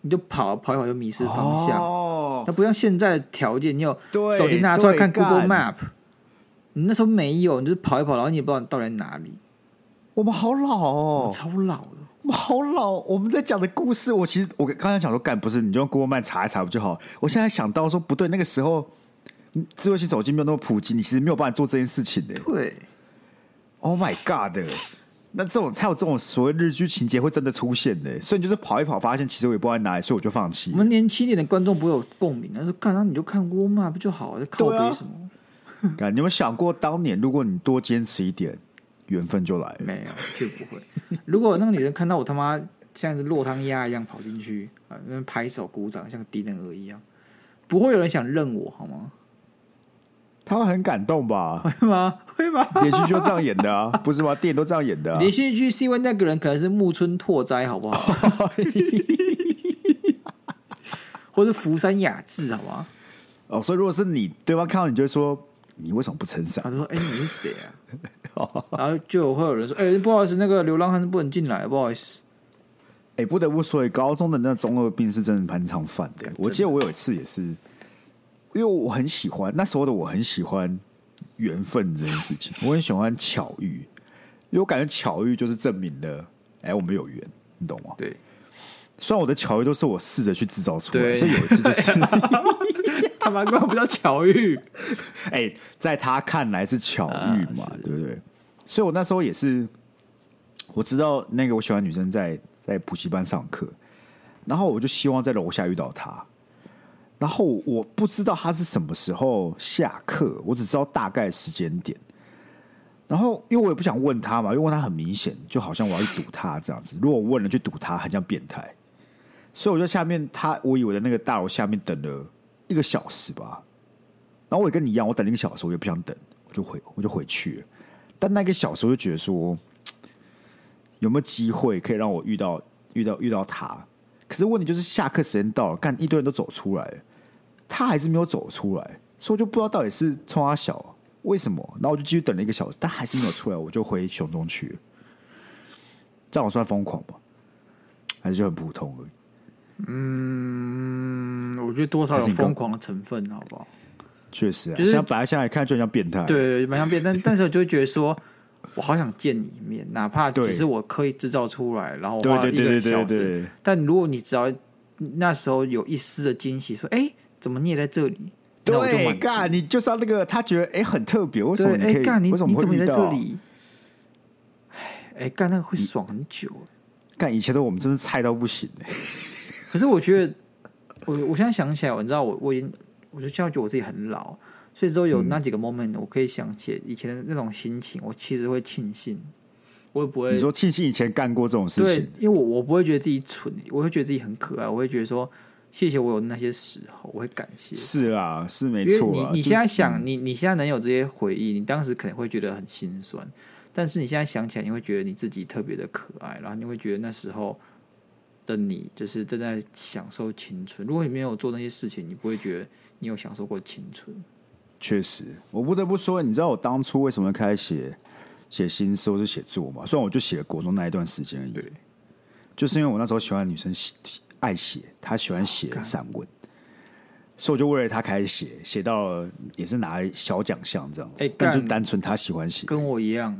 你就跑跑一跑就迷失方向，哦，那不像现在的条件，你有对，手机拿出来看对 Google 干 Map，你那时候没有，你就是跑一跑，然后你也不知道你到底在哪里，我们好老我哦，超老的。我们好老。我们在讲的故事，我其实我刚才想说，干不是你就用 Google Map 查一查不就好？我现在想到说不对，那个时候嗯智慧型手机没有那么普及，你其实没有办法做这件事情的。对， Oh my god！那这种才有这种所谓日剧情节会真的出现的，所以你就是跑一跑，发现其实我也不知道在哪里，所以我就放弃我。们年轻一点的观众不会有共鸣，他说看，那你就看 Google Map 不就好了，在靠对啊背什么？干你有没有想过，当年如果你多坚持一点，缘分就来了。没有，就不会。如果那个女人看到我他妈像是落汤鸭一样跑进去，啊、那边拍手鼓掌，像个低能儿一样，不会有人想认我好吗？ 他们很感动吧？会吗？会吗？ 连续剧就这样演的啊，不是吗？电影都这样演的、啊。连续剧 C 位那个人可能是木村拓哉，好不好？ 或者福山雅治，好吗？哦，所以如果是你，对方看到你就会说：“你为什么不撑伞他就说：“哎、你是谁啊？”然后就会有人说：“哎、不好意思，那个流浪汉不能进来，不好意思。？”哎、不得不说，高中的那中二病是真的蛮常犯的干。我记得我有一次也是，因为我很喜欢那时候的我很喜欢缘分这件事情，我很喜欢巧遇，因为我感觉巧遇就是证明了，哎、我们有缘，你懂吗”？对，虽然我的巧遇都是我试着去制造出来，对所以有一次就是，他妈根本不叫巧 遇。哎、在他看来是巧遇嘛，啊对不对？所以我那时候也是，我知道那个我喜欢的女生在在补习班上课，然后我就希望在楼下遇到她。然后我不知道她是什么时候下课，我只知道大概时间点。然后因为我也不想问她嘛，因为问她很明显，就好像我要去堵她这样子。如果我问了去堵她，很像变态。所以我就下面她，我以为在那个大楼下面等了一个小时吧。然后我也跟你一样，我等了一个小时，我也不想等，我就回我就回去了。但那个小时我就觉得说，有没有机会可以让我遇到遇到遇到他？可是问题就是下课时间到了，看一堆人都走出来了，他还是没有走出来，所以我就不知道到底是冲他小为什么。然后我就继续等了一个小时，但还是没有出来，我就回熊中去了。这样我算疯狂吗？还是就很普通而已？嗯，我觉得多少有疯狂的成分，好不好？确实、啊，就是像摆在下来看就很像变态。对对，对蛮像 变，但但是我就会觉得说，我好想见你一面，哪怕对只是我刻意制造出来，然后对花对了一对个对对小对时。对。但如果你只要那时候有一丝的惊喜，说：“哎，怎么你也在这里？”那我就对，满足干，你就是要那个，他觉得哎、诶很特别，为什么对，你可哎以？干你为什你么怎么会也遇在到？嗯这里？哎哎干那个会爽很久。干，以前的我们真的菜到不行、欸，可是我觉得，我我现在想起来，我你知道我我已经，我就现在觉得我自己很老，所以之后嗯有那几个 moment，我可以想起以前的那种心情，我其实会庆幸，我也不会你说庆幸以前干过这种事对情，，因为我我不会觉得自己蠢，我会觉得自己很可爱，我会觉得说谢谢我有那些时候，我会感谢。是啊，是没因为错你啊。你就是现在想，你你现在能有这些回忆，你当时可能会觉得很心酸，但是你现在想起来，你会觉得你自己特别的可爱，然后你会觉得那时候的你就是正在享受青春。如果你没有做那些事情，你不会觉得你有享受过青春。确实，我不得不说，你知道我当初为什么开始写写新诗或是写作嘛？虽然我就写了国中那一段时间而已，对，就是因为我那时候喜欢的女生喜爱写，她喜欢哦写散文，所以我就为了她开始写，写到了也是拿小奖项这样子，哎但就干单纯她喜欢写，跟我一样。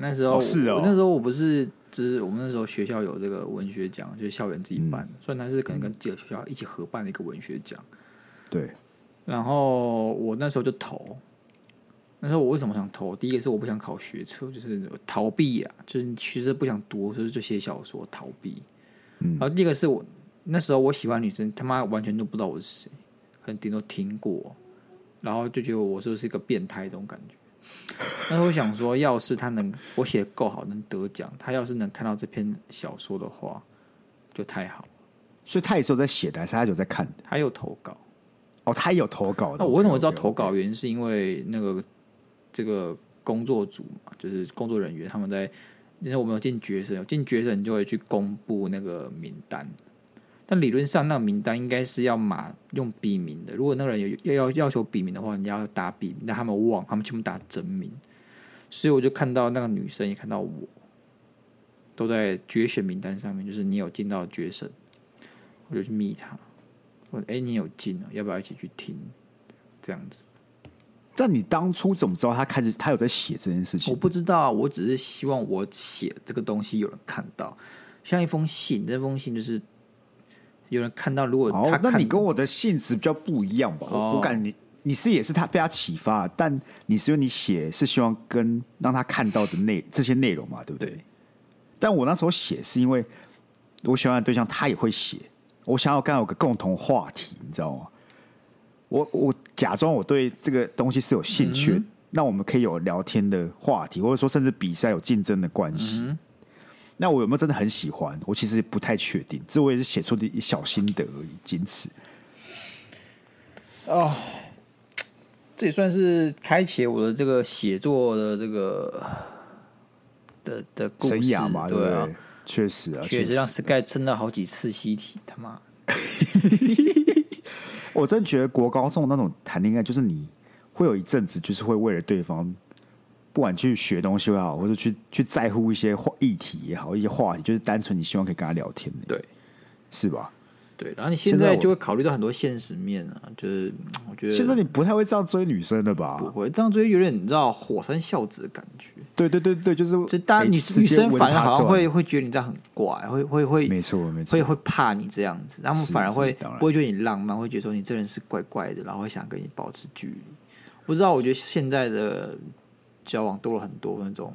那时候、哦是哦我那时候我不是，就是我们那时候学校有这个文学奖，就是校园自己办的，嗯虽然它是可能跟几个学校一起合办的一个文学奖。对，然后我那时候就投。那时候我为什么想投？第一个是我不想考学测，就是逃避啊，就是其实不想读，就是就写小说逃避。嗯然后第一个是我那时候我喜欢女生，他妈完全都不知道我是谁，可能顶多听过，然后就觉得我是不是一个变态这种感觉。那时候我想说，要是他能我写得够好，能得奖，他要是能看到这篇小说的话，就太好了。所以她也是有在写的，还是她有在看的？他又投稿。哦，她也有投稿的。那我为什么知道 OK，OK，OK 投稿原因是因为那个这个工作组嘛，就是工作人员他们在，因为我们有进决审，有进决审就会去公布那个名单。但理论上，那个名单应该是要码用笔名的。如果那个人有要要要求笔名的话，你要打笔名，但他们忘，他们全部打真名。所以我就看到那个女生，也看到我，都在决选名单上面，就是你有进到决审，我就去密她，我说：“哎、你有进了，要不要一起去听？”这样子。但你当初怎么知道她开始她有在写这件事情？我不知道啊，我只是希望我写这个东西有人看到，像一封信，这封信就是有人看到，如果他哦，看，那你跟我的性质比较不一样吧？哦我我感觉你你是也是他被他启发，但你是因为你写是希望跟让他看到的内这些内容嘛，对不对？对但我那时候写是因为我喜欢的对象他也会写，我想要跟他有个共同话题，你知道吗？我我假装我对这个东西是有兴趣的，那我们可以有聊天的话题，或者说甚至比赛有竞争的关系。那我有没有真的很喜欢？我其实不太确定，这我也是写出的一小心得而已，仅此。这也算是开启我的这个写作的这个的的故事生涯嘛，对不对啊对？确实啊，确确实让实， Sky 撑了好几次习题，他妈我真觉得国高中那种谈恋爱，就是你会有一阵子，就是会为了对方，不管去学东西也好，或者去去在乎一些话议题也好，一些话题，就是单纯你希望可以跟他聊天，对是吧？对。然后你现现在我在就会考虑到很多现实面啊，就是嗯我觉得现在你不太会这样追女生了吧不？会这样追，有点你知道火山孝子的感觉。对对对对，就是就大家哎女直接女生闻反而她好像转会会觉得你这样很怪，会会会没错没错会，会怕你这样子，他们是反而是会当然不会觉得你浪漫，会觉得说你这人是怪怪的，然后会想跟你保持距离。不知道，我觉得现在的交往多了很多那种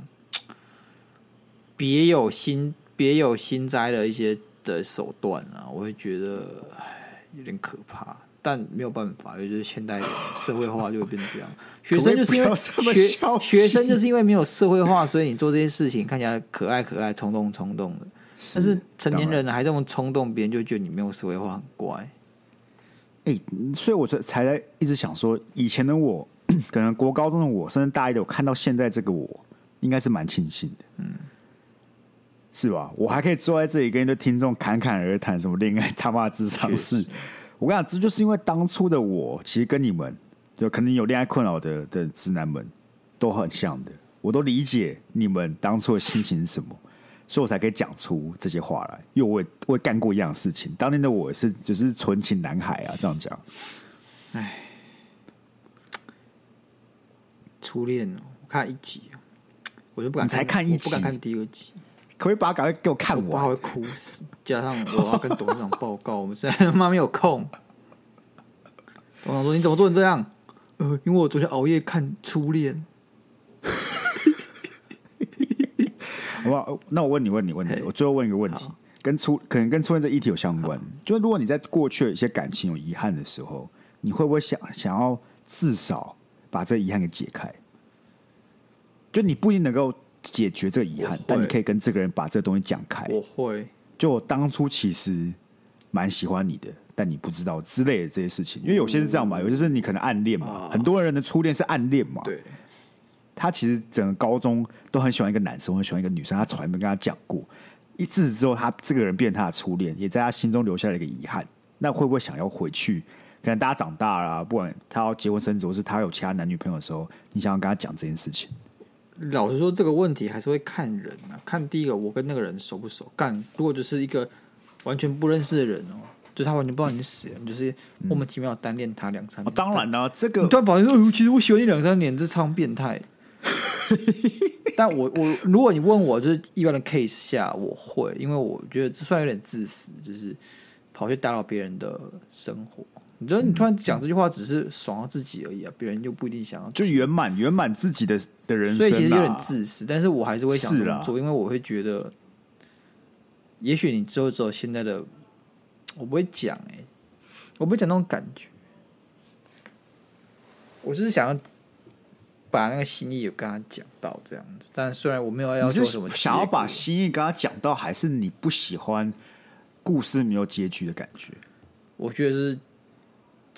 别有心别有心栽的一些的手段啊，我会觉得唉有点可怕。但没有办法，也就是现代社会化就会变成这样。学生就是因可为 不可以不要这么学消极学生就是因为没有社会化，所以你做这些事情看起来可爱可爱、冲动冲动的。但是成年当然人还这么冲动，别人就觉得你没有社会化，很怪。哎、所以我才才在一直想说，以前的我， 可能国高中的我，甚至大一的我，看到现在这个我，应该是蛮庆幸的，嗯，是吧？我还可以坐在这里跟一堆听众侃侃而谈什么恋爱他妈智商确事实。我跟你讲，这就是因为当初的我，其实跟你们就可能有恋爱困扰的的直男们都很像的，我都理解你们当初的心情是什么。所以我才可以讲出这些话来，因为我也我也干过一样的事情。当年的我也是只、是纯情男孩啊，这样讲。初恋哦，我看一集哦，我就不敢你才看一集我不敢看第二集，可不可以把它赶快给我看我怕完？会哭死。加上我要跟董事长报告，我们现在 他妈没有空。董事长说：“你怎么做成这样？”呃，因为我昨天熬夜看初恋。好不好？那我问你，问你，问你，我最后问一个问题，跟初可能跟初恋这议题有相关。就是如果你在过去的一些感情有遗憾的时候，你会不会想想要至少把这遗憾给解开？就你不一定能够解决这个遗我憾会，但你可以跟这个人把这东西讲开。我会，就我当初其实蛮喜欢你的，但你不知道之类的这些事情，因为有些是这样嘛，有些是你可能暗恋嘛，很多人的初恋是暗恋嘛，嗯啊对，他其实整个高中都很喜欢一个男生，很喜欢一个女生，他从来没跟他讲过。一自此之后，他这个人变成他的初恋，也在他心中留下了一个遗憾。那会不会想要回去可能大家长大了啊、不管他要结婚生子，或是他有其他男女朋友的时候，你想要跟他讲这件事嗯情，老实说，这个问题还是会看人啊，看第一个我跟那个人熟不熟。干，如果就是一个完全不认识的人哦，就是他完全不知道你是谁，你就是莫名其妙单恋他两嗯三哦年。、当然啦、这你个突然跑来说，哎呦其实我喜欢你两三年，这超 变态。但我我如果你问我，就是一般的 case 下，我会，因为我觉得这算有点自私，就是跑去打扰别人的生活。嗯你觉得你突然讲这句话，只是爽到自己而已啊，别人又不一定想要。就圆满圆满自己的的人生、所啊，以其实有点自私，但是我还是会想是这么啦做，因为我会觉得，也许你之后只有现在的，我不会讲哎、我不会讲那种感觉，我就是想要把那个心意有跟他讲到这样子，但虽然我没有要你求是什么结果，想要把心意跟他讲到，还是你不喜欢故事没有结局的感觉？我觉得是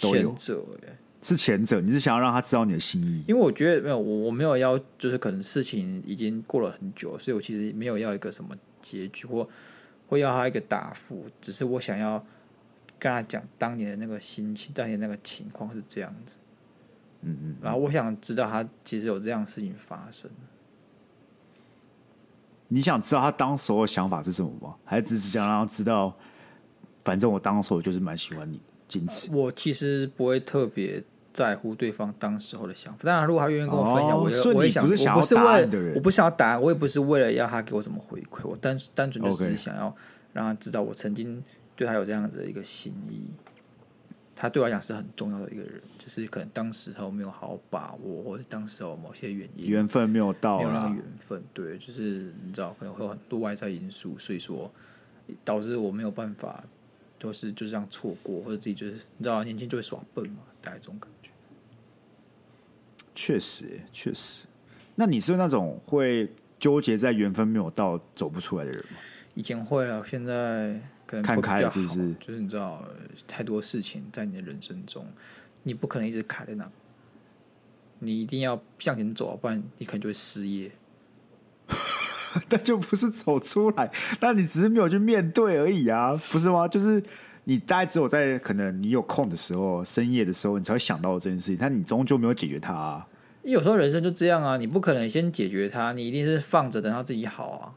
都有前者哎、是前者，你是想要让他知道你的心意，因为我觉得没有，我我没有要，就是可能事情已经过了很久，所以我其实没有要一个什么结局或或要他一个答复，只是我想要跟他讲当年的那个心情，当年那个情况是这样子。嗯嗯，然后我想知道他其实有这样的事情发生，你想知道他当时候的想法是什么吗？还是只是想让他知道，反正我当时候就是蛮喜欢你，仅此。我其实不会特别。在乎对方当时候的想法，当然，如果他愿意跟我分享，哦我也所以我也你想，不是想要我不是为答案的了人，我不想要答案，我也不是为了要他给我什么回馈，我单单纯就只 OK 是想要让他知道我曾经对他有这样子的一个心意，他对我来讲是很重要的一个人，只是可能当时候没有好好把握，或者当时候某些原因缘分没有到啊没有那啦个，缘分，对，就是你知道可能会有很多外在因素，所以说导致我没有办法，就是就这样错过，或者自己就是你知道年轻就会耍笨嘛，大概这种感觉。确实欸确实。那你是那种会纠结在缘分没有到走不出来的人吗？以前会啊，现在可能看会比开较了是不好是就是你知道，呃太多事情在你的人生中，你不可能一直卡在那，你一定要向前走，啊不然你可能就会失业。 那就不是走出来，那你只是没有去面对而已啊，不是吗？就是你大概只有在可能你有空的时候、深夜的时候，你才会想到这件事情，但你终究没有解决它、啊。有时候人生就这样啊，你不可能先解决它，你一定是放着等到自己好啊。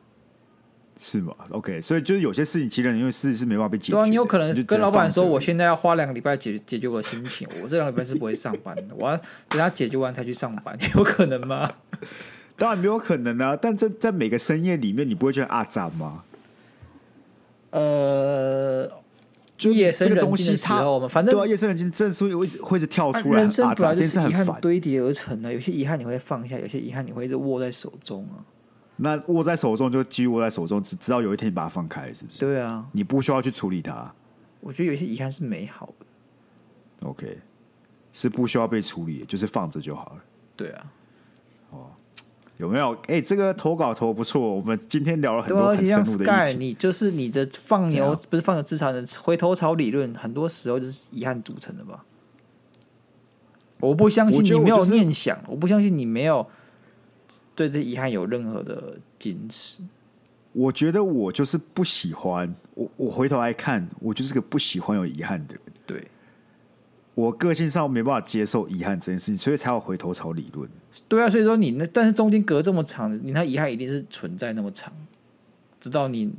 是吗？OK，所以就是有些事情，其实因为事是没办法被解决对的。啊，你有可能就只跟老板放着说，我现在要花两个礼拜解解决我的心情，我这两个礼拜是不会上班的，我要等他解决完才去上班， 有可能吗？当然没有可能啊，但在在每个深夜里面，你不会觉得啊赞吗？呃，就是夜这深个人东静西的时它，候嘛，反正对啊，夜深人静，正是会一直会一直跳出来，人生啊本赞来这就件事是遗很憾烦。堆叠而成的，有些遗憾你会放下，有些遗憾你会一直握在手中啊。那握在手中就继续握在手中，直直到有一天你把它放开了，是不是？对啊，你不需要去处理它我觉得有些遗憾是美好的。 ，OK，是不需要被处理的，就是放着就好了。对啊，有没有？哎、这个投稿投得不错，我们今天聊了很对啊，多而很且深像入的 Sky，议题。你就是你的放怎牛样不是放牛自产的回头草理论，很多时候就是遗憾组成的吧。我不相信我觉你得没我有就是念想，我不相信你没有对这遗憾有任何的矜持。我觉得我就是不喜欢，我我回头来看，我就是个不喜欢有遗憾的人。对，我个性上没办法接受遗憾这件事情，所以才有回头草理论。对啊，所以说你那但是中间隔这么长，你那遗憾一定是存在那么长，直到你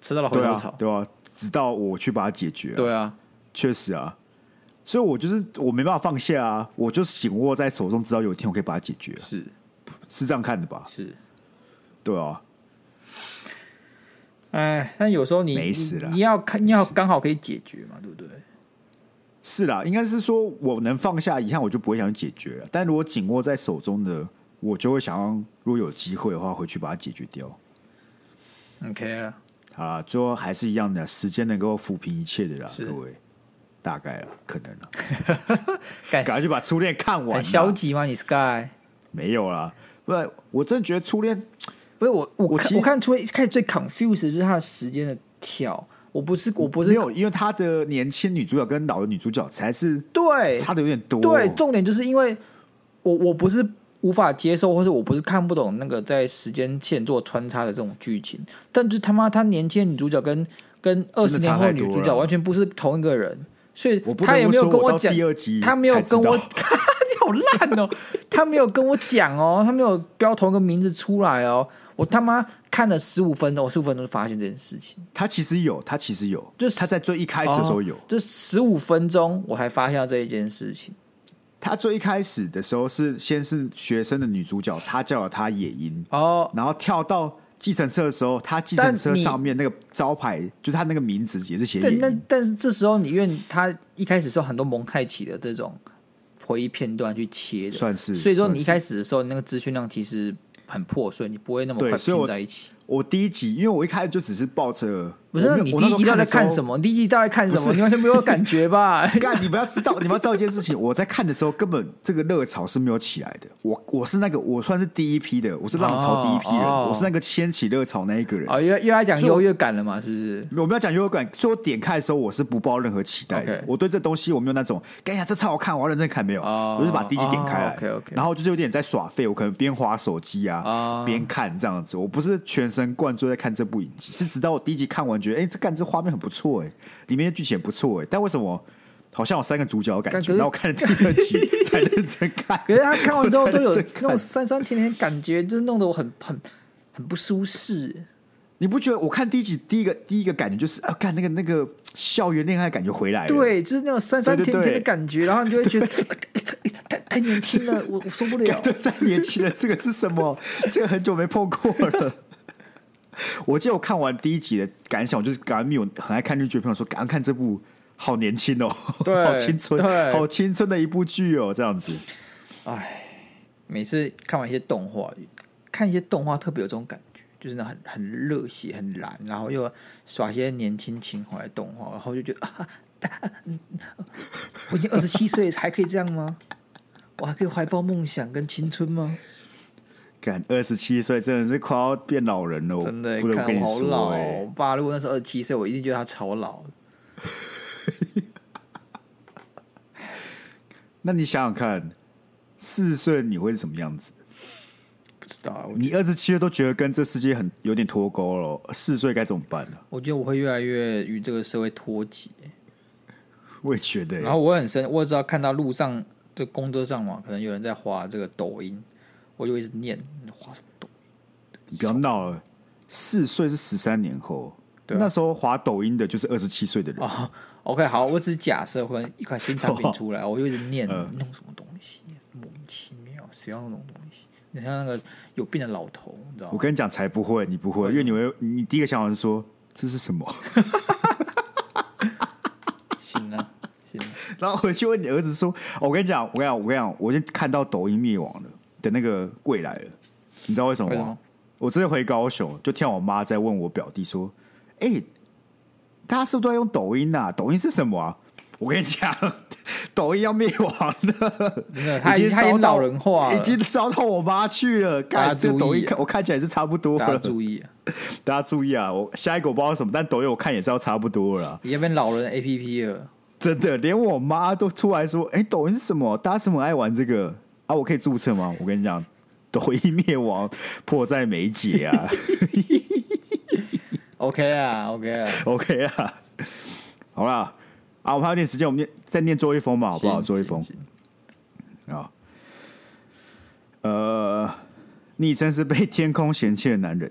吃到了哦回对头啊草，。对啊，直到我去把它解决、啊。对啊，确实啊，所以我就是我没办法放下啊，我就是紧握在手中，直到有一天我可以把它解决啊、是是这样看的吧？是，对啊，哎，但有时候你没事啦你你要看，你要刚好可以解决嘛，对不对？是啦，应该是说我能放下遗憾，我就不会想去解决了。但如果紧握在手中的，我就会想要，如果有机会的话，回去把它解决掉。 OK 啊，好啦，最后还是一样的，时间能够抚平一切的啦，是各位，大概啊，可能啊，感赶快去把初恋看完很啦。消极吗？你 Sky 没有啦，不然我真的觉得初恋不是我，我其我看实我看出一开始最 confused 就是他的时间的跳，我不是我不没是有，因为他的年轻女主角跟老的女主角才是对差的有点多。对，重点就是因为我我不是无法接受，或者我不是看不懂那个在时间线做穿插的这种剧情，但就是他妈他年轻的女主角跟跟二十年后的女主真的差太多角了完全不是同一个人，所以我不他得也不没有说跟我到讲第二集，他没有跟我， 我，你好烂哦！他没有跟我讲哦，他没有标同一个名字出来哦。我他妈看了十五分钟，十五分钟就发现这件事情， 他其实有，他其实有，就是哦他在最一开始的时候有，就十五分钟我才发现到这一件事情。他最一开始的时候是先是学生的女主角，她叫了她野樱，哦，然后跳到计程车的时候，她计程车上面那个招牌，就是她那个名字也是写野对，那樱，但是这时候你因为他一开始是有很多蒙太奇的这种回忆片段去切的，算是所以说算你一是开始的时候那个资讯量其实很破碎，你不会那么对快所以拼我在一起。我第一集，因为我一开始就只是抱着，不是我没有你我第那一时候集到底在看的时候 什么？你第一集到底在看什么？你完全没有感觉吧？干，你们要知道，你 们要知道一件事情，我在看的时候根本这个热潮是没有起来的。我我是那个，我算是第一批的，我是浪潮第一批人，哦哦我是那个掀起热潮那一个人。哦，又又来讲所以我优越感了嘛，是不是？我们要讲优越感，所以我点开的时候我是不抱任何期待的。 OK 我对这东西我没有那种，跟你讲这超好看，我要认真看没有哦我就是把第一集点开来哦，OK，OK 然后就是有点在耍废，我可能边划手机啊哦，边、看这样子，我不是全神贯注在看这部影集，是直到我第一集看完觉得，哎、这干这画面很不错哎、里面的剧情也不错哎、但为什么？好像有三个主角的感干觉，可是然后我看了第二集才认真看。 可是他看完之后都有 我才认真看那种酸酸甜甜的感觉，就是弄得我很很很不舒适。你不觉得？我看第一集第一个第一个感觉就是啊，看那个那个校园恋爱感觉回来了。对，就是那种酸酸对对甜甜的对感觉，然后你就会觉得太太年轻了，我我受不了。 对，太年轻了，这个是什 么？这个很久没碰过了。我记得我看完第一集的感想，我就是感恩密友很爱看日剧的朋友说，感恩看这部好年 轻哦，对好青春，对好青春的一部剧哦，这样子。每次看完一些动画，看一些动画特别有这种感觉，就是那很很热血、很燃，然后又耍一些年轻情怀的动画，然后就觉得啊，啊嗯我已经二十七岁了，还可以这样吗？我还可以怀抱梦想跟青春吗？感二十七岁真的是快要变老人了，我真的，不得不看跟我你好说、老、哎哦。我爸如果那时候二十七岁，我一定觉得他超老。那你想想看，四十岁你会是什么样子？不知道啊，我你二十七岁都觉得跟这世界很有点脱钩了，四十岁该怎么办呢、我觉得我会越来越与这个社会脱节。我也觉得、哎然后我很生，我只要看到路上就工作上嘛，可能有人在滑这个抖音，我就一直念滑什么抖音。你不要闹了，四岁是十三年后，对啊那时候滑抖音的就是二十七岁的人，哦，OK，好，我只是假设或者一款新产品出来，我就一直念嗯弄什么东西，啊莫名其妙，谁要弄东西？你像那个有病的老头，你知道我吗？跟你讲才不会，你不会，因为你会，你第一个想法是说这是什么， 行了， 行了，然后回去问你儿子说，哦我跟你讲，我跟你讲，我跟你讲，我就看到抖音灭亡了的那个未来了，你知道为什么吗？为什么我这次回高雄，就听到我妈在问我表弟说，哎、大家是不是都在用抖音啊？抖音是什么啊？我跟你讲， 抖音要灭亡了。真的，他已已经他已烧经到老人化已了，经烧到我妈去了。大家看这个注抖意音，啊看我看起来是差不多大家了。注意、啊，大家注意啊！我下一个我不知道什么，但抖音我看也是要差不多了啦。你要变老人 A P P 了。真的，连我妈都出来说：“哎、抖音是什么？大家是不是很爱玩这个啊？我可以注册吗？”我跟你讲， 抖音灭亡迫在眉睫 啊 OK 啊，OK 啊， ！OK 啊，好啦，啊，我们还有点时间，我们念再念周一峰吧，好不好？行周一行峰行啊，呃，昵称是被天空嫌弃的男人。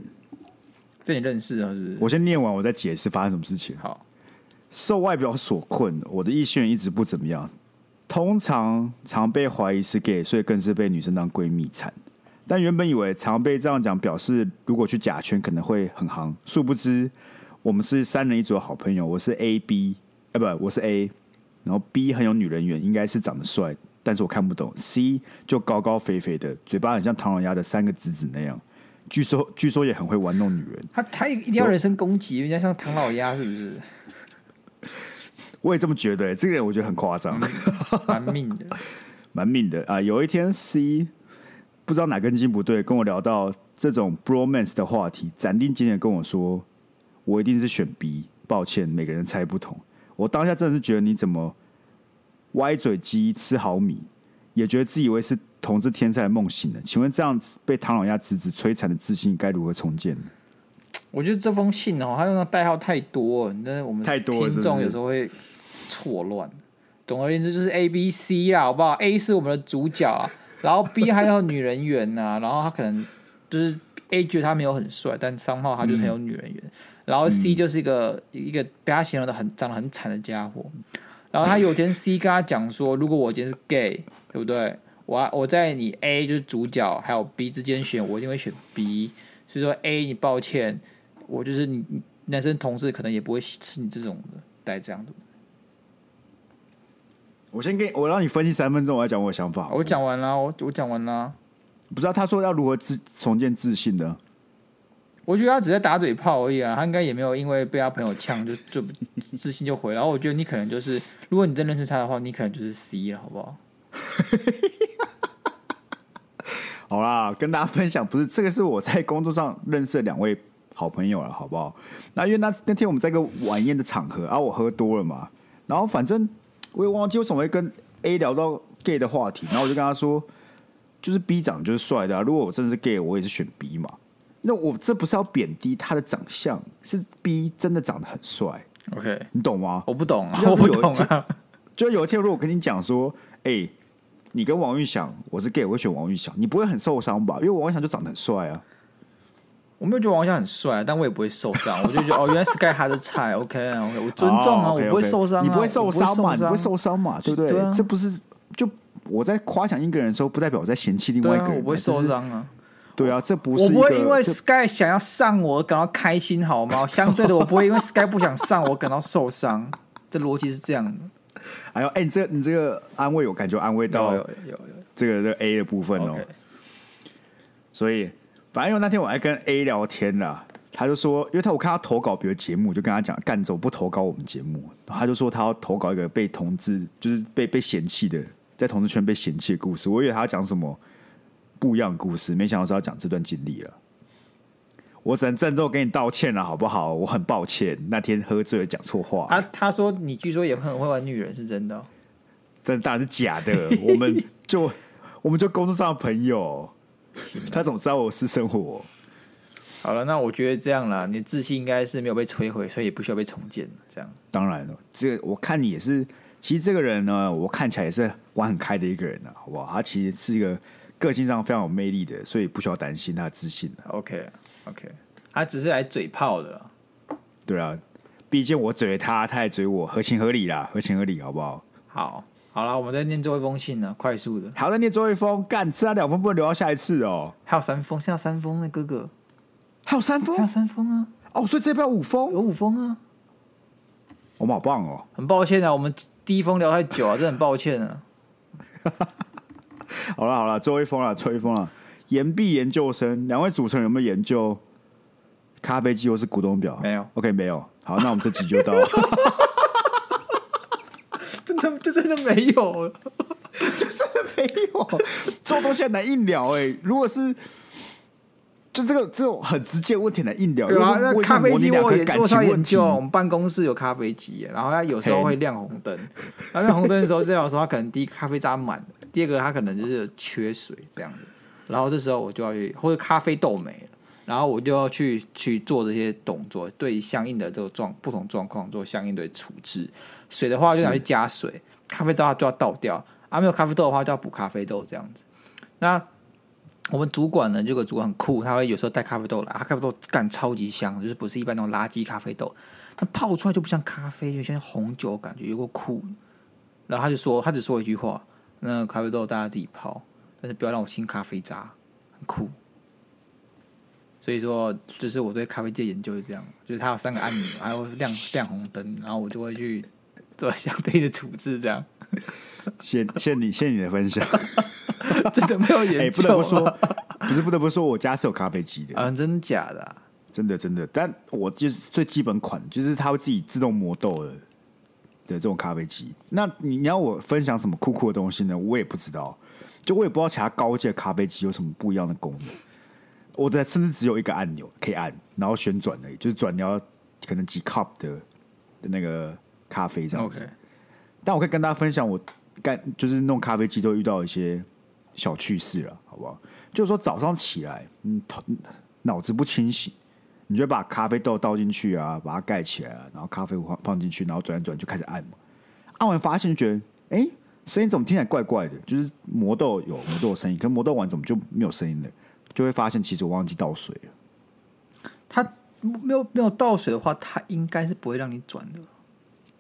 这你认识啊？是不我是？先念完，我再解释发生什么事情。好，受外表所困，我的异性缘一直不怎么样，通常常被怀疑是 gay，所以更是被女生当闺蜜惨。但原本以为常被这样讲，表示如果去甲圈可能会很行，殊不知我们是三人一组的好朋友，我是 A B，啊不，我是 A，然后 B 很有女人缘，应该是长得帅，但是我看不懂。C 就高高肥肥的，嘴巴很像唐老鸭的三个子子那样，据说据说也很会玩弄女人。他他一定要人身攻击，人家像唐老鸭是不 是？我也这么觉得、这个人我觉得很夸张。蛮命的。蛮命的啊、有一天 C 不知道哪根筋不对，跟我聊到这种 bromance 的话题，斩钉截铁地跟我说，我一定是选 B。抱歉，每个人猜不同。我当下真的是觉得你怎么歪嘴鸡吃好米，也觉得自以为是同志天才的梦醒了。请问这样子被唐老鸭直直摧残的自信该如何重建呢？我觉得这封信哦，他用的代号太多了，那我们太多了听是不众是有时候会错乱。总而言之，就是 A、B、C 啊啦，好不好？A 是我们的主角啊，然后 B 还有女人缘呐、然后他可能就是 A 觉得他没有很帅，但商号他就是很嗯有女人缘，然后 C 就是一个、一个被他形容的很长得很惨的家伙，然后他有一天 C 跟他讲说，如果我今天是 gay，对不对？我要我在你 A 就是主角还有 B 之间选，我一定会选 B，所以说 A 你抱歉，我就是你你男生同事可能也不会吃你这种的，大概这样的。我先给我让你分析三分钟，我要讲我的想法。我讲完啦，我我讲完啦。不知道他说要如何自重建自信的，我觉得他只是打嘴炮而已啊，他应该也没有因为被他朋友呛就就自信就回来。然后我觉得你可能就是，如果你真认识他的话，你可能就是 C 了，好不好？好啦，跟大家分享，不是这个是我在工作上认识的两位好朋友了，好不好？那因为那那天我们在一个晚宴的场合，啊，我喝多了嘛，然后反正我也忘记为什么会跟 A 聊到 gay 的话题，然后我就跟他说，就是 B 长得就是帅的、啊，如果我真的是 gay，我也是选 B 嘛。那我这不是要贬低他的长相，是 B 真的长得很帅， OK，你懂吗？我不懂啊，就 像我是不有懂啊。就有一天，如果我跟你讲说，哎、你跟王玉祥，我是 gay，我会选王玉祥，你不会很受伤吧？因为王玉祥就长得很帅啊。我没有觉得王翔很帅，啊但我也不会受伤。我就觉得哦，原来 Sky 他的菜，OK OK，我尊重啊，哦我，OK，OK 不会受伤啊，你不会我受伤伤嘛？你不会受伤嘛？对不对？对啊这不是就我在夸奖一个人的时候，不代表我在嫌弃另对外一啊个，人、我不会受这是。伤啊。对啊，这不是我一不个会因为这 Sky 想要上我而感到开心，好 吗？相对的，我不会因为 Sky 不想上我感到受伤。这逻辑是这样的。哎呦哎，你这你这个安慰，我感觉安慰到有这个这个 A 的部分哦。啊 OK 所以反正因为那天我还跟 A 聊天啦，他就说，因为他我看他投稿别的节目，我就跟他讲，干走不投稿我们节目，然后他就说他要投稿一个被同志就是被被嫌弃的，在同志圈被嫌弃的故事。我以为他要讲什么不一样的故事，没想到是要讲这段经历了。我只能郑重跟你道歉啊了，好不好？我很抱歉，那天喝醉了讲错话。啊，他说你据说也很会玩女人，是真的哦、但当然是假的。我们就我们就工作上的朋友，他怎么知道我私生活？好了，那我觉得这样啦，你自信应该是没有被摧毁，所以也不需要被重建。这样，当然了，这个我看你也是，其实这个人呢，我看起来也是玩很开的一个人呢、啊好不好？他其实是一个个性上非常有魅力的，所以不需要担心他的自信啊的、 OK OK，他啊只是来嘴炮的啦。对啊，毕竟我嘴他，他也嘴我，合情合理啦，合情合理，好不好？好，好了，我们再念最后一封信呢，快速的，还要再念最后一封，干，吃他两封不能留到下一次哦。还有三封，现在三封呢，哥哥，还有三还有封三封啊，哦，所以这边有五封，有五封啊。我们好棒哦。很抱歉啊，我们第一封聊太久啊，真的很抱歉啊。好了好了，最后一封了，最后一封了。岩壁研究生，两位主持人有没有研究咖啡机或是股东表？没有，OK，没有。好，那我们这集 就到，真的就真的没有了。没有，这种东西很难硬聊哎、如果是就这个这种很直接的问题很难硬聊，对啊，那如果是咖啡模拟机两我个也感我情稍微问研题究，，我们办公室有咖啡机，然后它有时候会亮红灯，然后亮红灯的时候，代表说它可能第一咖啡渣满了，第二个它可能就是有缺水这样子，然后这时候我就要去或者咖啡豆没了。然后我就要去去做这些动作，对相应的这个状不同状况做相应的处置。水的话就想去加水，咖啡渣就要倒掉，啊没有咖啡豆的话就要补咖啡豆这样子。那我们主管呢，这个主管很酷，他会有时候带咖啡豆来，他咖啡豆干超级香，就是不是一般那种垃圾咖啡豆，它泡出来就不像咖啡，有些红酒感觉，有够酷。然后他就说，他只说一句话：，那咖啡豆大家自己泡，但是不要让我清咖啡渣，很酷。所以说，就是我对咖啡界研究是这样，就是它有三个按钮，还有亮亮红灯，然后我就会去做相对应的处置，这样谢谢你谢谢你的分享。真的没有哎、 研不究、得不说，不是不得不说，我家是有咖啡机的，啊，真的假的、啊？真的真的，但我就是最基本款，就是它会自己自动磨豆的的这种咖啡机。那你你要我分享什么酷酷的东西呢？我也不知道，就我也不知道其他高阶的咖啡机有什么不一样的功能。我的甚至只有一个按钮可以按，然后旋转而已，就是转你要可能几 cup 的的那个咖啡这样子。 OK 但我可以跟大家分享我干就是弄咖啡机都遇到一些小趣事了，好不好？就是说早上起来，你头脑子不清醒，你就把咖啡豆倒进去啊，把它盖起来、啊，然后咖啡放放进去，然后转一转就开始按嘛。按完发现就觉得，哎、声音怎么听起来怪怪的？就是魔豆有魔豆的声音，可魔豆完怎么就没有声音了？就会发现其实我忘记倒水了。它没有没有倒水的话，它应该是不会让你转的。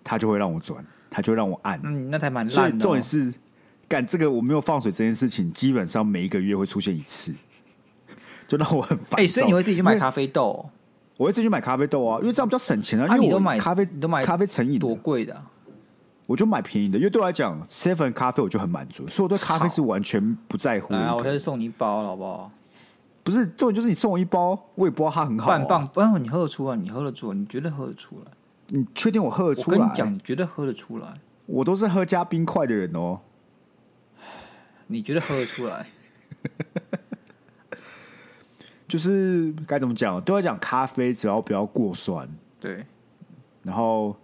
他就会让我转，他就会让我按。那你那台蛮所以烂的重哦、点是，干这个我没有放水这件事情，基本上每一个月会出现一次，就让我很烦躁。哎、所以你会自己去买因为？咖啡豆哦、我会自己去买咖啡豆啊，因为这样比较省钱啊。啊因你为都我买咖啡，你都买咖啡成瘾的多贵的啊、我就买便宜的，因为对我来讲，seven 咖啡我就很满足，所以我对咖啡操是完全不在乎来啊，我下的。次送你一包，好不好？不是重点就是你送我一包，我也不知道它很好、啊。半磅，不然你喝得出来，你喝得出来，你绝对喝得出来。你确定我喝得我出跟你来？讲，你绝对喝得出来，我都是喝加冰块的人哦。你绝对喝得 出来。就是该怎么讲？对我来讲，咖啡只要不要过酸，对，然后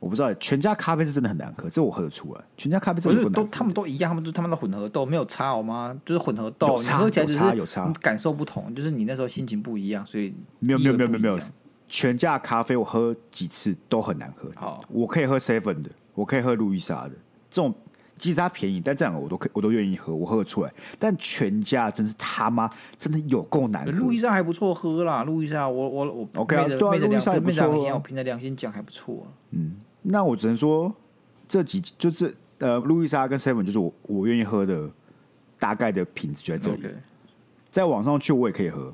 我不知道全家咖啡是真的很难喝，这我喝得出来。全家咖啡不真的是不难都喝他们都一样，他们就是他们的混合豆，没有差好吗？就是混合豆，有你差喝起来只有差是有差你感受不同，就是你那时候心情不一样，所以没有没有没有没有没有意味不一样。全家咖啡我喝几次都很难喝。好我可以喝 seven 的，我可以喝路易莎的，这种即使它便宜，但这两个我都可以我都愿意喝，我喝得出来。但全家真是他妈真的有够难喝路易。莎还不错喝啦，路易莎我我我 OK 啊昧着对啊昧路着易良莎也不昧着良错心啊我凭着良心讲还不错啊、那我只能说这几就这呃路易莎跟 seven 就是我我愿意喝的大概的品质就在这里。 OK，再往上去我也可以喝，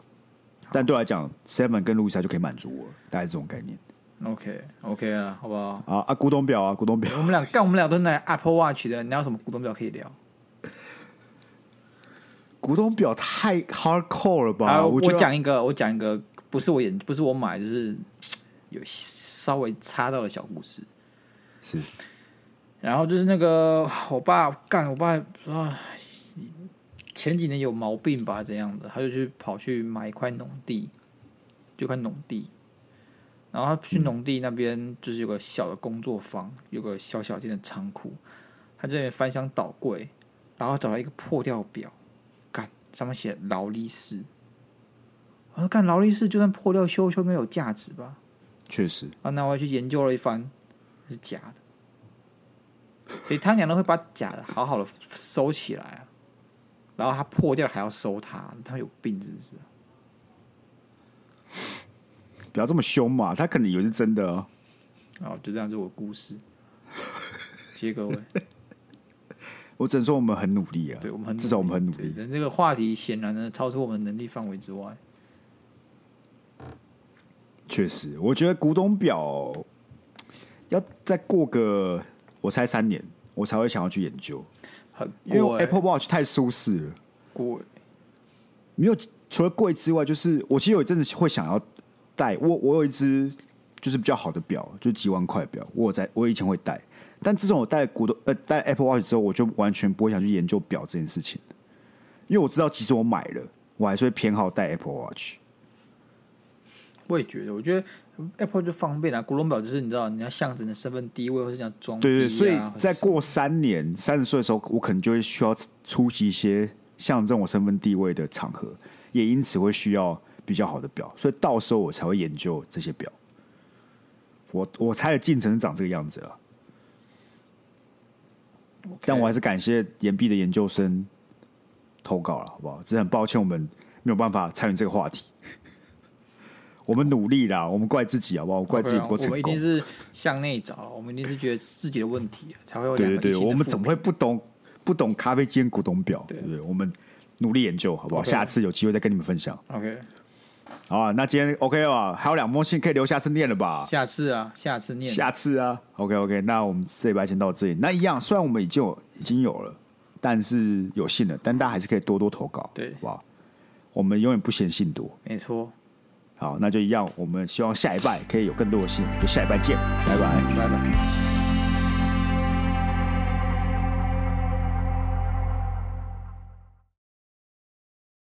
但对我来讲，Seven 跟路易莎就可以满足我了，大概是这种概念 OK OK 啊，好不好？啊啊！古董表啊，古董表，我们俩干，我们俩都是拿 Apple Watch 的，你还有什么古董表可以聊？古董表太 hardcore 了吧？好啊我我觉得讲一个，我讲一个，不是我演，不是我买，就是有稍微插到的小故事。是然后就是那个我爸干，我爸啊，前几年有毛病吧，怎样的，他就去跑去买一块农地，就一块农地。然后他去农地那边，就是有个小的工作坊，有个小小间的仓库，他这边翻箱倒柜，然后找到一个破掉表，干上面写劳力士。我说干劳力士就算破掉修一修应该有价值吧？确实啊，那我也去研究了一番，是假的。所以他娘的会把假的好好的收起来啊，然后它破掉了还要收它，他们有病是不是？不要这么凶嘛，他可能以为是真的、啊。哦，就这样，就我的故事。谢谢各位，我只能说我们很努力啊，对我们很至少我们很努对力。但这个话题显然呢超出我们能力范围之外。确实，我觉得古董表要再过个，我猜三年，我才会想要去研究，很因为贵 Apple Watch 太舒适了。贵，没有除了贵之外，就是我其实有一阵子会想要戴，我我有一只就是比较好的表，就是几万块表，我有在我以前会戴，但自从我戴古董呃戴 Apple Watch 之后，我就完全不会想去研究表这件事情，因为我知道即使我买了，我还是会偏好戴 Apple Watch。我也觉得，我觉得 Apple 就方便啊，古董表就是你知道，你要象征你的身份地位，或是你要装逼啊、对对，所以或者在是过三年三十岁的时候，我可能就会需要出席一些象征我身份地位的场合，也因此会需要比较好的表，所以到时候我才会研究这些表。我我猜的进程是长这个样子了，但我还是感谢岩壁的研究生投稿了，好不好？只是很抱歉，我们没有办法参与这个话题。 我们努力啦，我们怪自己好不好？我怪自己 OK 啊不够成功。我们一定是向内找了，我们一定是觉得自己的问题、啊、才会有两对个对对，异性的我们负怎么评会不懂不懂咖啡间古董表？对对不对？我们努力研究，好不好 OK 下次有机会再跟你们分享。 OK？好啊，那今天 OK 了吧？还有两封信可以留下次念了吧？下次啊，下次念下次啊，OK OK，那我们这礼拜先到这里。那一样，虽然我们已经有已经有了，但是有信了，但大家还是可以多多投稿，对好不好？我们永远不嫌信多。没错，好，那就一样，我们希望下一拜可以有更多的信，就下一拜见，拜拜。拜拜。